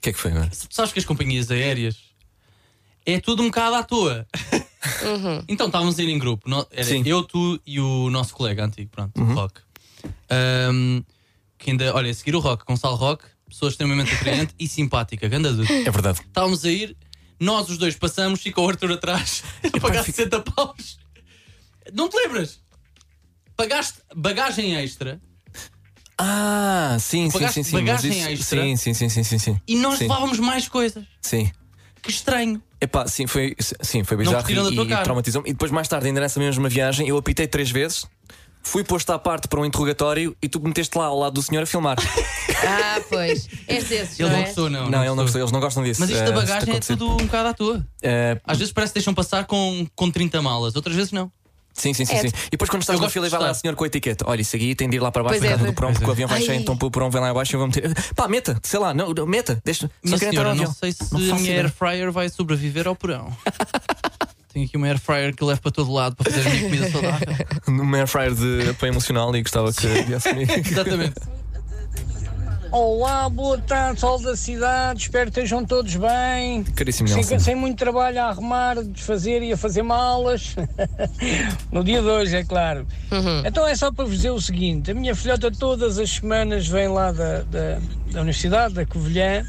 [SPEAKER 4] que é que foi, mano?
[SPEAKER 5] Tu sabes que as companhias aéreas é tudo um bocado à toa.
[SPEAKER 3] Uhum.
[SPEAKER 5] Então estávamos a ir em grupo. No- Era
[SPEAKER 4] Sim. Uhum.
[SPEAKER 5] eu, tu e o nosso colega antigo, pronto, o Rock. Ahm, que ainda, olha, a seguir o Rock, Gonçalo Rock, pessoa extremamente atraente e simpática, ganda dude.
[SPEAKER 4] É verdade.
[SPEAKER 5] Estávamos a ir, nós os dois passamos, ficou o Arthur atrás a pagar 60 paus. Não te lembras? Pagaste bagagem extra
[SPEAKER 4] Ah, sim, sim,
[SPEAKER 5] Pagaste
[SPEAKER 4] sim, sim.
[SPEAKER 5] bagagem
[SPEAKER 4] mas isso-
[SPEAKER 5] extra?
[SPEAKER 4] Sim, sim, sim, sim, sim, sim.
[SPEAKER 5] e nós
[SPEAKER 4] Sim.
[SPEAKER 5] levávamos mais coisas.
[SPEAKER 4] Sim.
[SPEAKER 5] Que estranho.
[SPEAKER 4] Epá, sim, foi, sim, foi
[SPEAKER 5] Não
[SPEAKER 4] bizarro
[SPEAKER 5] curtiram da
[SPEAKER 4] e,
[SPEAKER 5] tua
[SPEAKER 4] e
[SPEAKER 5] cara.
[SPEAKER 4] traumatizou-me. E depois, mais tarde, ainda nessa mesma viagem, eu apitei três vezes, fui posto à parte para um interrogatório e tu me meteste lá ao lado do senhor a filmar.
[SPEAKER 3] Ah, pois. És desses,
[SPEAKER 5] Ele
[SPEAKER 3] não
[SPEAKER 5] não
[SPEAKER 3] é?
[SPEAKER 5] gostou, Oh, não.
[SPEAKER 4] não, ele não gostou, eles não gostam disso.
[SPEAKER 5] Mas isto
[SPEAKER 4] eh,
[SPEAKER 5] da
[SPEAKER 4] se te
[SPEAKER 5] bagagem é
[SPEAKER 4] acontecer.
[SPEAKER 5] tudo um bocado à toa.
[SPEAKER 4] Eh,
[SPEAKER 5] Às vezes parece que deixam passar com, com 30 malas, outras vezes não.
[SPEAKER 4] Sim, sim, sim,
[SPEAKER 3] É.
[SPEAKER 4] sim. E depois quando
[SPEAKER 5] Eu
[SPEAKER 4] estás na
[SPEAKER 5] gosto
[SPEAKER 4] fila e
[SPEAKER 5] de
[SPEAKER 4] vai lá o
[SPEAKER 5] estar.
[SPEAKER 4] senhor com a etiqueta. Olha, isso aqui tem de ir lá para
[SPEAKER 3] Pois
[SPEAKER 4] baixo para
[SPEAKER 3] é,
[SPEAKER 4] casa do
[SPEAKER 3] pois-
[SPEAKER 4] porão,
[SPEAKER 5] pois
[SPEAKER 4] porque
[SPEAKER 5] é.
[SPEAKER 4] o avião vai cheio,
[SPEAKER 3] Ai.
[SPEAKER 4] então o porão vem lá abaixo e eu vou meter. Pá, meta, sei lá, não, não, meta, deixa.
[SPEAKER 5] Minha
[SPEAKER 4] Só quero entrar
[SPEAKER 5] senhora,
[SPEAKER 4] no
[SPEAKER 5] não
[SPEAKER 4] avião.
[SPEAKER 5] sei se
[SPEAKER 4] Não
[SPEAKER 5] a
[SPEAKER 4] faço
[SPEAKER 5] minha
[SPEAKER 4] ideia.
[SPEAKER 5] air fryer vai sobreviver ao porão. Tenho aqui uma air fryer que levo para todo lado para fazer a minha comida saudável.
[SPEAKER 4] Numa air fryer de apoio emocional e gostava que viesse comigo.
[SPEAKER 5] Exatamente.
[SPEAKER 11] Olá, boa tarde, sol da cidade. Espero que estejam todos bem.
[SPEAKER 4] Caríssimo
[SPEAKER 11] Sem,
[SPEAKER 4] Nelson.
[SPEAKER 11] sem muito trabalho a arrumar, desfazer e a fazer malas. no dia de hoje, é claro. Então é só para vos dizer o seguinte: a minha filhota todas as semanas vem lá da, da, da Universidade da Covilhã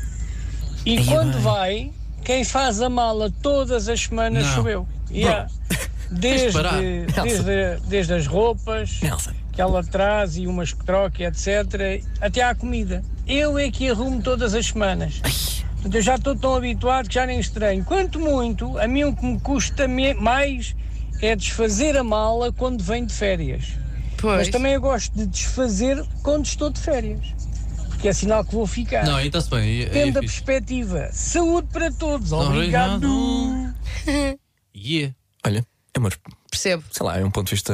[SPEAKER 11] e quando vai, quem faz a mala todas as semanas
[SPEAKER 5] Não.
[SPEAKER 11] sou eu. Yeah.
[SPEAKER 5] de
[SPEAKER 11] Desde,
[SPEAKER 5] parar.
[SPEAKER 11] desde, desde as roupas
[SPEAKER 4] Nelson.
[SPEAKER 11] que ela traz e umas que troca, etc. Até à comida. Eu é que arrumo todas as semanas. Portanto, eu já estou tão habituado que já nem estranho. Quanto muito, a mim o que me custa me- mais é desfazer a mala quando venho de férias.
[SPEAKER 3] Pois.
[SPEAKER 11] Mas também eu gosto de desfazer quando estou de férias. Porque é sinal que vou ficar.
[SPEAKER 5] Não, aí está-se bem. aí- aí é
[SPEAKER 11] Depende da
[SPEAKER 5] fixe.
[SPEAKER 11] perspectiva. Saúde para todos.
[SPEAKER 5] Não,
[SPEAKER 11] Obrigado.
[SPEAKER 5] obrigado. Yeah.
[SPEAKER 4] Olha, amor,
[SPEAKER 3] Percebo.
[SPEAKER 4] sei lá, é um ponto de vista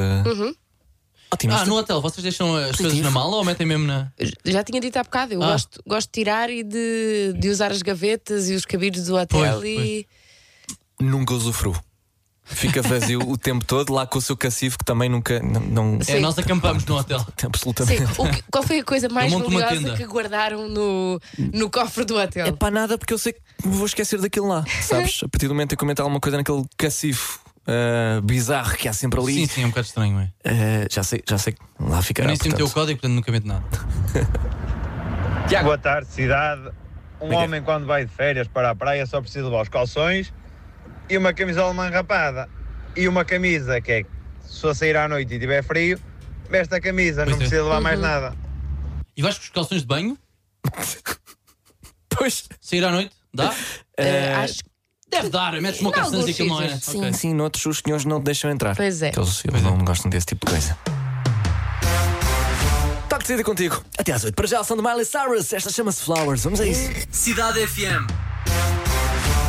[SPEAKER 4] otimista.
[SPEAKER 5] Ah, no hotel, vocês deixam as coisas na mala ou metem mesmo na.
[SPEAKER 3] Já tinha dito há bocado, eu
[SPEAKER 5] Ah.
[SPEAKER 3] gosto, gosto de tirar e de, de usar as gavetas e os cabides do hotel
[SPEAKER 5] Pois,
[SPEAKER 3] e.
[SPEAKER 5] é-
[SPEAKER 4] Nunca usufruo. Fica vazio o tempo todo, lá com o seu cacifo que também nunca. Não, não
[SPEAKER 5] É, nós acampamos no hotel.
[SPEAKER 4] absolutamente.
[SPEAKER 3] Sim, o que- qual foi a coisa mais
[SPEAKER 5] monto uma
[SPEAKER 3] valiosa
[SPEAKER 5] tenda.
[SPEAKER 3] que guardaram no, no cofre do
[SPEAKER 4] É
[SPEAKER 3] hotel?
[SPEAKER 4] para nada porque eu sei que me vou esquecer daquilo lá, sabes? A partir do momento em que eu meto alguma coisa naquele cacifo ah, bizarro que há sempre ali,
[SPEAKER 5] Sim, sim, é um bocado estranho, é.
[SPEAKER 4] ah, já sei, já sei que lá
[SPEAKER 5] Eu
[SPEAKER 4] ficará.
[SPEAKER 5] nem sei meter o
[SPEAKER 4] portanto.
[SPEAKER 5] código, portanto nunca meto nada.
[SPEAKER 12] Tiago, boa tarde, cidade. Um
[SPEAKER 4] Miguel.
[SPEAKER 12] homem quando vai de férias para a praia só precisa levar os calções e uma camisola manrapada e uma camisa que é se for sair à noite e tiver frio, veste a camisa, não precisa levar mais nada.
[SPEAKER 5] E vais com os calções de banho?
[SPEAKER 4] pois.
[SPEAKER 5] Sair à noite? Dá?
[SPEAKER 4] Eh, acho
[SPEAKER 5] Deve dar, metes uma calções e aquilo não é.
[SPEAKER 4] Sim, sim, Assim, noutros os senhores não te deixam entrar.
[SPEAKER 5] Pois é.
[SPEAKER 4] Que Eles, eles não gostam desse tipo de coisa. Está que decidir contigo. Até às 8. Para já, são de Miley Cyrus. Esta chama-se Flowers. Vamos a isso.
[SPEAKER 1] Cidade FM.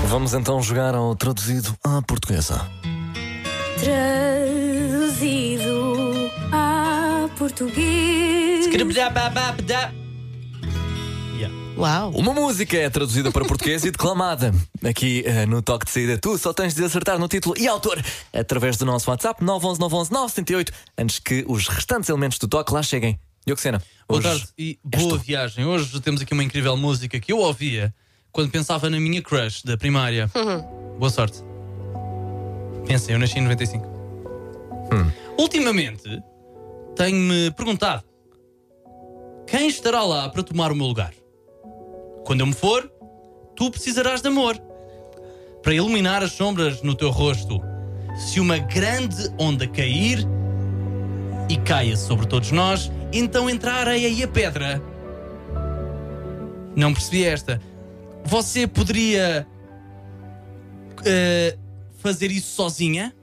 [SPEAKER 4] Vamos então jogar ao traduzido à portuguesa.
[SPEAKER 13] Traduzido a português.
[SPEAKER 5] Oh.
[SPEAKER 3] Uau!
[SPEAKER 4] Uma música é traduzida para português e declamada. Aqui eh, no Toque de Saída, tu só tens de acertar no título e autor através do nosso WhatsApp 911 911 978 antes que os restantes elementos do toque lá cheguem. Dioxena.
[SPEAKER 5] Boa
[SPEAKER 4] hoje-
[SPEAKER 5] tarde e boa viagem. Hoje temos aqui uma incrível música que eu ouvia quando pensava na minha crush da primária. Boa sorte. Pensem, eu nasci em 95. Ultimamente, tenho-me perguntado quem estará lá para tomar o meu lugar? Quando eu me for, tu precisarás de amor para iluminar as sombras no teu rosto. Se uma grande onda cair, e caia sobre todos nós, então entra a areia e a pedra. Não percebi esta. Você poderia eh, fazer isso sozinha?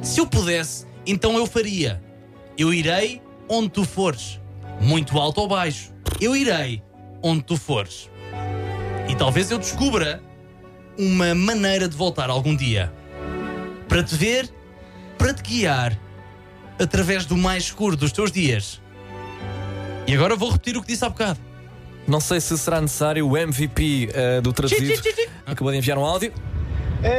[SPEAKER 5] Se eu pudesse, então eu faria. Eu irei onde tu fores, muito alto ou baixo. Eu irei onde tu fores. E talvez eu descubra uma maneira de voltar algum dia. Para te ver, para te guiar através do mais escuro dos teus dias. E agora vou repetir o que disse há bocado.
[SPEAKER 4] Não sei se será necessário o MVP eh, do traduzido.
[SPEAKER 5] Chi, chi, chi, chi.
[SPEAKER 4] Acabou de enviar um áudio.
[SPEAKER 9] Uh,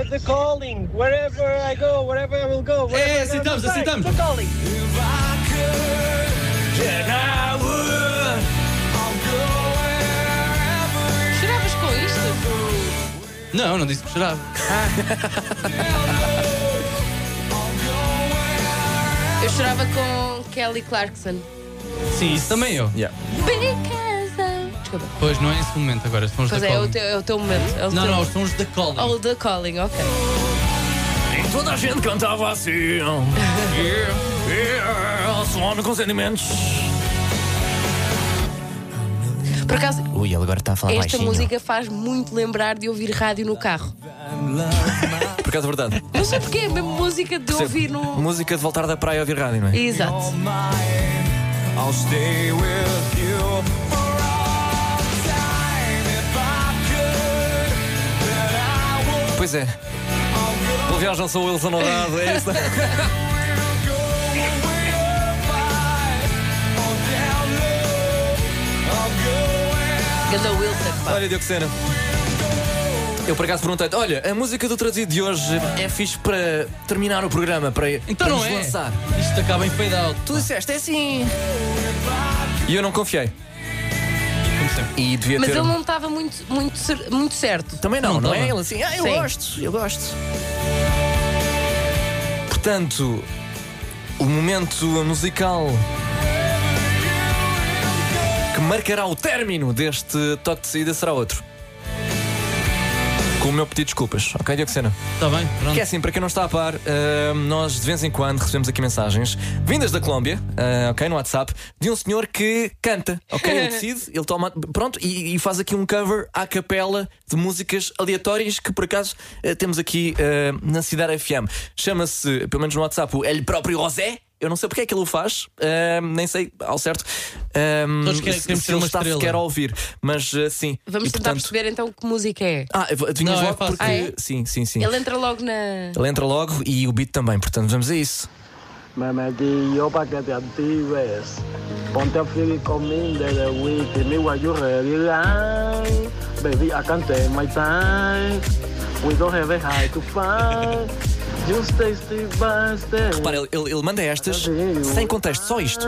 [SPEAKER 9] the calling, wherever I go, wherever I will
[SPEAKER 3] Oh,
[SPEAKER 9] go. wherever
[SPEAKER 5] É,
[SPEAKER 9] I go,
[SPEAKER 5] aceitamos,
[SPEAKER 9] the calling,
[SPEAKER 5] aceitamos.
[SPEAKER 9] The calling.
[SPEAKER 3] Choravas com isto?
[SPEAKER 5] Não, não disse que chorava.
[SPEAKER 3] Eu chorava com Kelly Clarkson.
[SPEAKER 5] Sim, isso também eu.
[SPEAKER 3] Because I- Desculpa.
[SPEAKER 5] Pois não é esse o momento agora, são os
[SPEAKER 3] Pois
[SPEAKER 5] da
[SPEAKER 3] é, é o
[SPEAKER 5] calling.
[SPEAKER 3] teu, é o teu momento. É o
[SPEAKER 5] Não,
[SPEAKER 3] teu...
[SPEAKER 5] não, são os da calling.
[SPEAKER 3] Oh, the calling, ok.
[SPEAKER 4] Nem toda a gente cantava assim. é, Sono um com sentimentos.
[SPEAKER 3] Por acaso,
[SPEAKER 4] Ui, ele agora está a falar
[SPEAKER 3] esta
[SPEAKER 4] baixinho.
[SPEAKER 3] música faz muito lembrar de ouvir rádio no carro.
[SPEAKER 4] Por acaso, é verdade.
[SPEAKER 3] Não sei porquê, é mesmo música de
[SPEAKER 4] Percebo.
[SPEAKER 3] ouvir no.
[SPEAKER 4] Música de voltar da praia a ouvir rádio, não é?
[SPEAKER 3] Exato.
[SPEAKER 1] I'll stay with you for all time if I could.
[SPEAKER 4] Pois é. Pelo viagem não sou o Wilson Honrado, é isso?
[SPEAKER 3] Ganda Wilson, pá.
[SPEAKER 4] Olha, Diocesana. Eu por acaso perguntei-te, olha, a música do traduzido de hoje é fixe para terminar o programa, para,
[SPEAKER 5] Então
[SPEAKER 4] para
[SPEAKER 5] não
[SPEAKER 4] nos
[SPEAKER 5] é.
[SPEAKER 4] lançar.
[SPEAKER 5] Isto acaba em fade out.
[SPEAKER 4] Tu disseste, é assim. E eu não confiei.
[SPEAKER 5] Como sempre.
[SPEAKER 4] E devia
[SPEAKER 3] Mas
[SPEAKER 4] ter. um-
[SPEAKER 3] ele não estava muito, muito, cer- muito certo.
[SPEAKER 4] Também não, não, é?
[SPEAKER 3] estava.
[SPEAKER 4] Ele assim, ah, eu
[SPEAKER 3] Sim.
[SPEAKER 4] gosto, eu gosto. Portanto, o momento musical que marcará o término deste toque de saída será outro. Com o meu pedido de desculpas, ok, Diocesana?
[SPEAKER 5] Está tá bem, pronto.
[SPEAKER 4] Que é assim, para quem não está a par, ah, nós de vez em quando recebemos aqui mensagens vindas da Colômbia, ah, ok, no WhatsApp, de um senhor que canta, ok? Ele decide, ele toma, pronto, e, e faz aqui um cover à capela de músicas aleatórias que por acaso ah, temos aqui ah, na Cidade FM. Chama-se, pelo menos no WhatsApp, o El Próprio José. Eu não sei porque é que ele o faz, ah, nem sei ao certo ah,
[SPEAKER 5] Todos queremos
[SPEAKER 4] se, se
[SPEAKER 5] ser
[SPEAKER 4] ele
[SPEAKER 5] uma
[SPEAKER 4] está
[SPEAKER 5] estrela.
[SPEAKER 4] sequer a ouvir, mas ah, sim.
[SPEAKER 3] Vamos
[SPEAKER 4] E,
[SPEAKER 3] tentar
[SPEAKER 4] portanto-
[SPEAKER 3] perceber então que música é.
[SPEAKER 4] Ah, adivinhas
[SPEAKER 5] Não, é
[SPEAKER 4] logo
[SPEAKER 5] fácil.
[SPEAKER 4] porque.
[SPEAKER 3] Ah, é?
[SPEAKER 4] Sim, sim, sim.
[SPEAKER 3] Ele entra logo na.
[SPEAKER 4] Ele entra logo e o beat também, portanto vamos a isso.
[SPEAKER 14] Me metí yo pa' que te actives. Ponte a freaky con me de the week. Me while you ready line. Baby, I can take my time. We don't have a high to find. Just stay step by step.
[SPEAKER 4] Repara, ele, ele- ele manda estas sem contexto, só isto.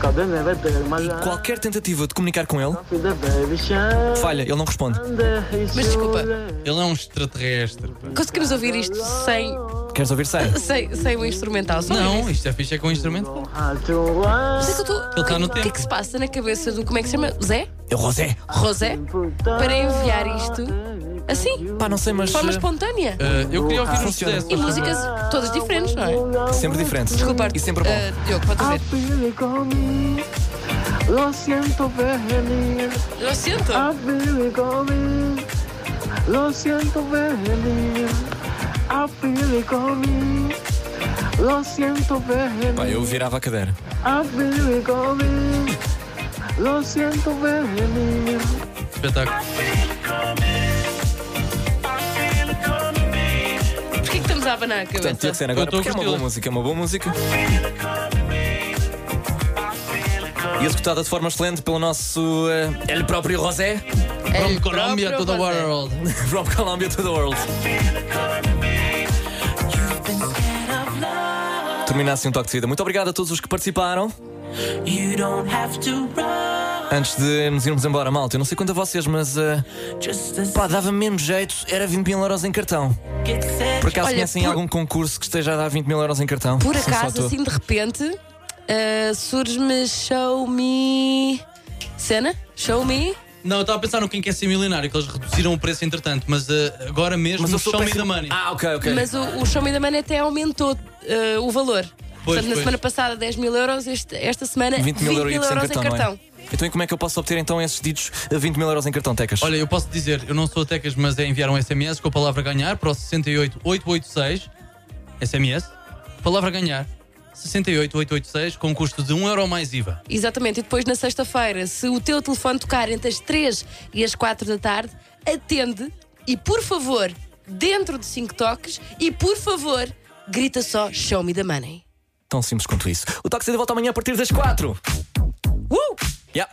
[SPEAKER 14] Cadê never take my
[SPEAKER 4] E
[SPEAKER 14] life.
[SPEAKER 4] qualquer tentativa de comunicar com ele
[SPEAKER 14] Feel the baby shine.
[SPEAKER 4] falha, ele não responde.
[SPEAKER 14] Mas
[SPEAKER 3] desculpa.
[SPEAKER 5] Ele é um extraterrestre. pá.
[SPEAKER 3] Conseguimos ouvir isto sem,
[SPEAKER 4] Queres ouvir sem?
[SPEAKER 3] sem, sem o instrumental. Só ouvir
[SPEAKER 5] Não,
[SPEAKER 3] isso.
[SPEAKER 5] isto é fixe, é com um instrumento.
[SPEAKER 3] Mas é que eu tô-
[SPEAKER 5] Ele está no
[SPEAKER 3] O que é
[SPEAKER 5] tempo.
[SPEAKER 3] que se passa na cabeça do. Como é que se chama? Zé?
[SPEAKER 4] É o Rosé.
[SPEAKER 3] Rosé? Para enviar isto Assim?
[SPEAKER 4] Pá, não sei, mas.
[SPEAKER 3] De forma espontânea.
[SPEAKER 5] Uh,
[SPEAKER 4] Eh, eu queria
[SPEAKER 5] um
[SPEAKER 4] ouvir Ah, uns funciona.
[SPEAKER 3] sucesso.
[SPEAKER 4] testes.
[SPEAKER 3] E músicas todas diferentes, não é?
[SPEAKER 4] eh, Sempre diferente.
[SPEAKER 3] Desculpa.
[SPEAKER 4] E sempre bom.
[SPEAKER 3] eh, Diogo, pode dizer.
[SPEAKER 14] Lo siento venir. Ah.
[SPEAKER 3] Lo siento.
[SPEAKER 14] A feel it coming. Lo siento venir. I feel it coming. Lo siento venir.
[SPEAKER 4] Pá, eu virava a cadeira.
[SPEAKER 14] I feel it coming. Lo siento venir.
[SPEAKER 5] Espetáculo.
[SPEAKER 3] Porquê que estamos a abanar a cabeça?
[SPEAKER 4] Portanto, Diogo Sena, agora porque é uma boa música, é uma boa música. E executada de forma excelente pelo nosso eh, El Próprio Rosé.
[SPEAKER 3] É
[SPEAKER 5] From Colombia to the world.
[SPEAKER 4] From Colombia to the world. Termina assim um toque de vida. Muito obrigado a todos os que participaram.
[SPEAKER 13] You don't have to run.
[SPEAKER 4] Antes de nos irmos embora, malta, eu não sei quanto a vocês, mas. eh, pá, dava mesmo jeito, era 20 mil euros em cartão. Por acaso
[SPEAKER 3] Olha,
[SPEAKER 4] conhecem
[SPEAKER 3] por-
[SPEAKER 4] algum concurso que esteja a dar 20 mil euros em cartão?
[SPEAKER 3] Por
[SPEAKER 4] Sim, só
[SPEAKER 3] acaso,
[SPEAKER 4] tu.
[SPEAKER 3] assim de repente, eh, surge-me Show Me. Cena? Show Me?
[SPEAKER 5] Não, eu estava a pensar no Quem Quer Ser Milionário, que eles reduziram o preço entretanto, mas eh, agora mesmo
[SPEAKER 4] Mas eu sou
[SPEAKER 5] show me
[SPEAKER 4] péssimo-
[SPEAKER 5] the money.
[SPEAKER 4] Ah, ok, ok.
[SPEAKER 3] Mas o, o Show Me da Man até aumentou eh, o valor.
[SPEAKER 4] Pois,
[SPEAKER 3] Portanto, na
[SPEAKER 4] pois.
[SPEAKER 3] semana passada 10 mil euros, este- esta semana
[SPEAKER 4] 20 mil euros,
[SPEAKER 3] euros em cartão.
[SPEAKER 4] Então, e como é que eu posso obter então esses ditos eh, 20 mil euros em cartão, Tecas?
[SPEAKER 5] Olha, eu posso dizer, eu não sou tecas, mas é enviar um SMS com a palavra ganhar para o 68886, SMS, palavra ganhar, 68886, com custo de 1 euro mais IVA.
[SPEAKER 3] Exatamente, e depois na sexta-feira, se o teu telefone tocar entre as 3 e as 4 da tarde, atende e, por favor, dentro de 5 toques e, por favor, grita só Show Me the Money.
[SPEAKER 4] Tão simples quanto isso. O Toxic de volta amanhã a partir das 4.
[SPEAKER 3] Uh!
[SPEAKER 4] Yeah.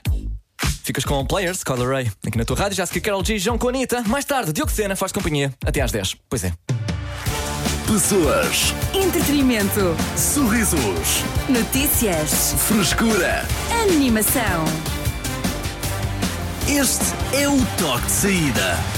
[SPEAKER 4] Ficas com Players, Color Ray, aqui na tua rádio. Já se que Carol G, João com a Anitta. Mais tarde, Diogo Sena faz companhia até às 10. Pois é.
[SPEAKER 1] Pessoas,
[SPEAKER 2] Entretenimento.
[SPEAKER 1] sorrisos,
[SPEAKER 2] Notícias.
[SPEAKER 1] frescura.
[SPEAKER 2] Animação.
[SPEAKER 1] Este é o toque de saída.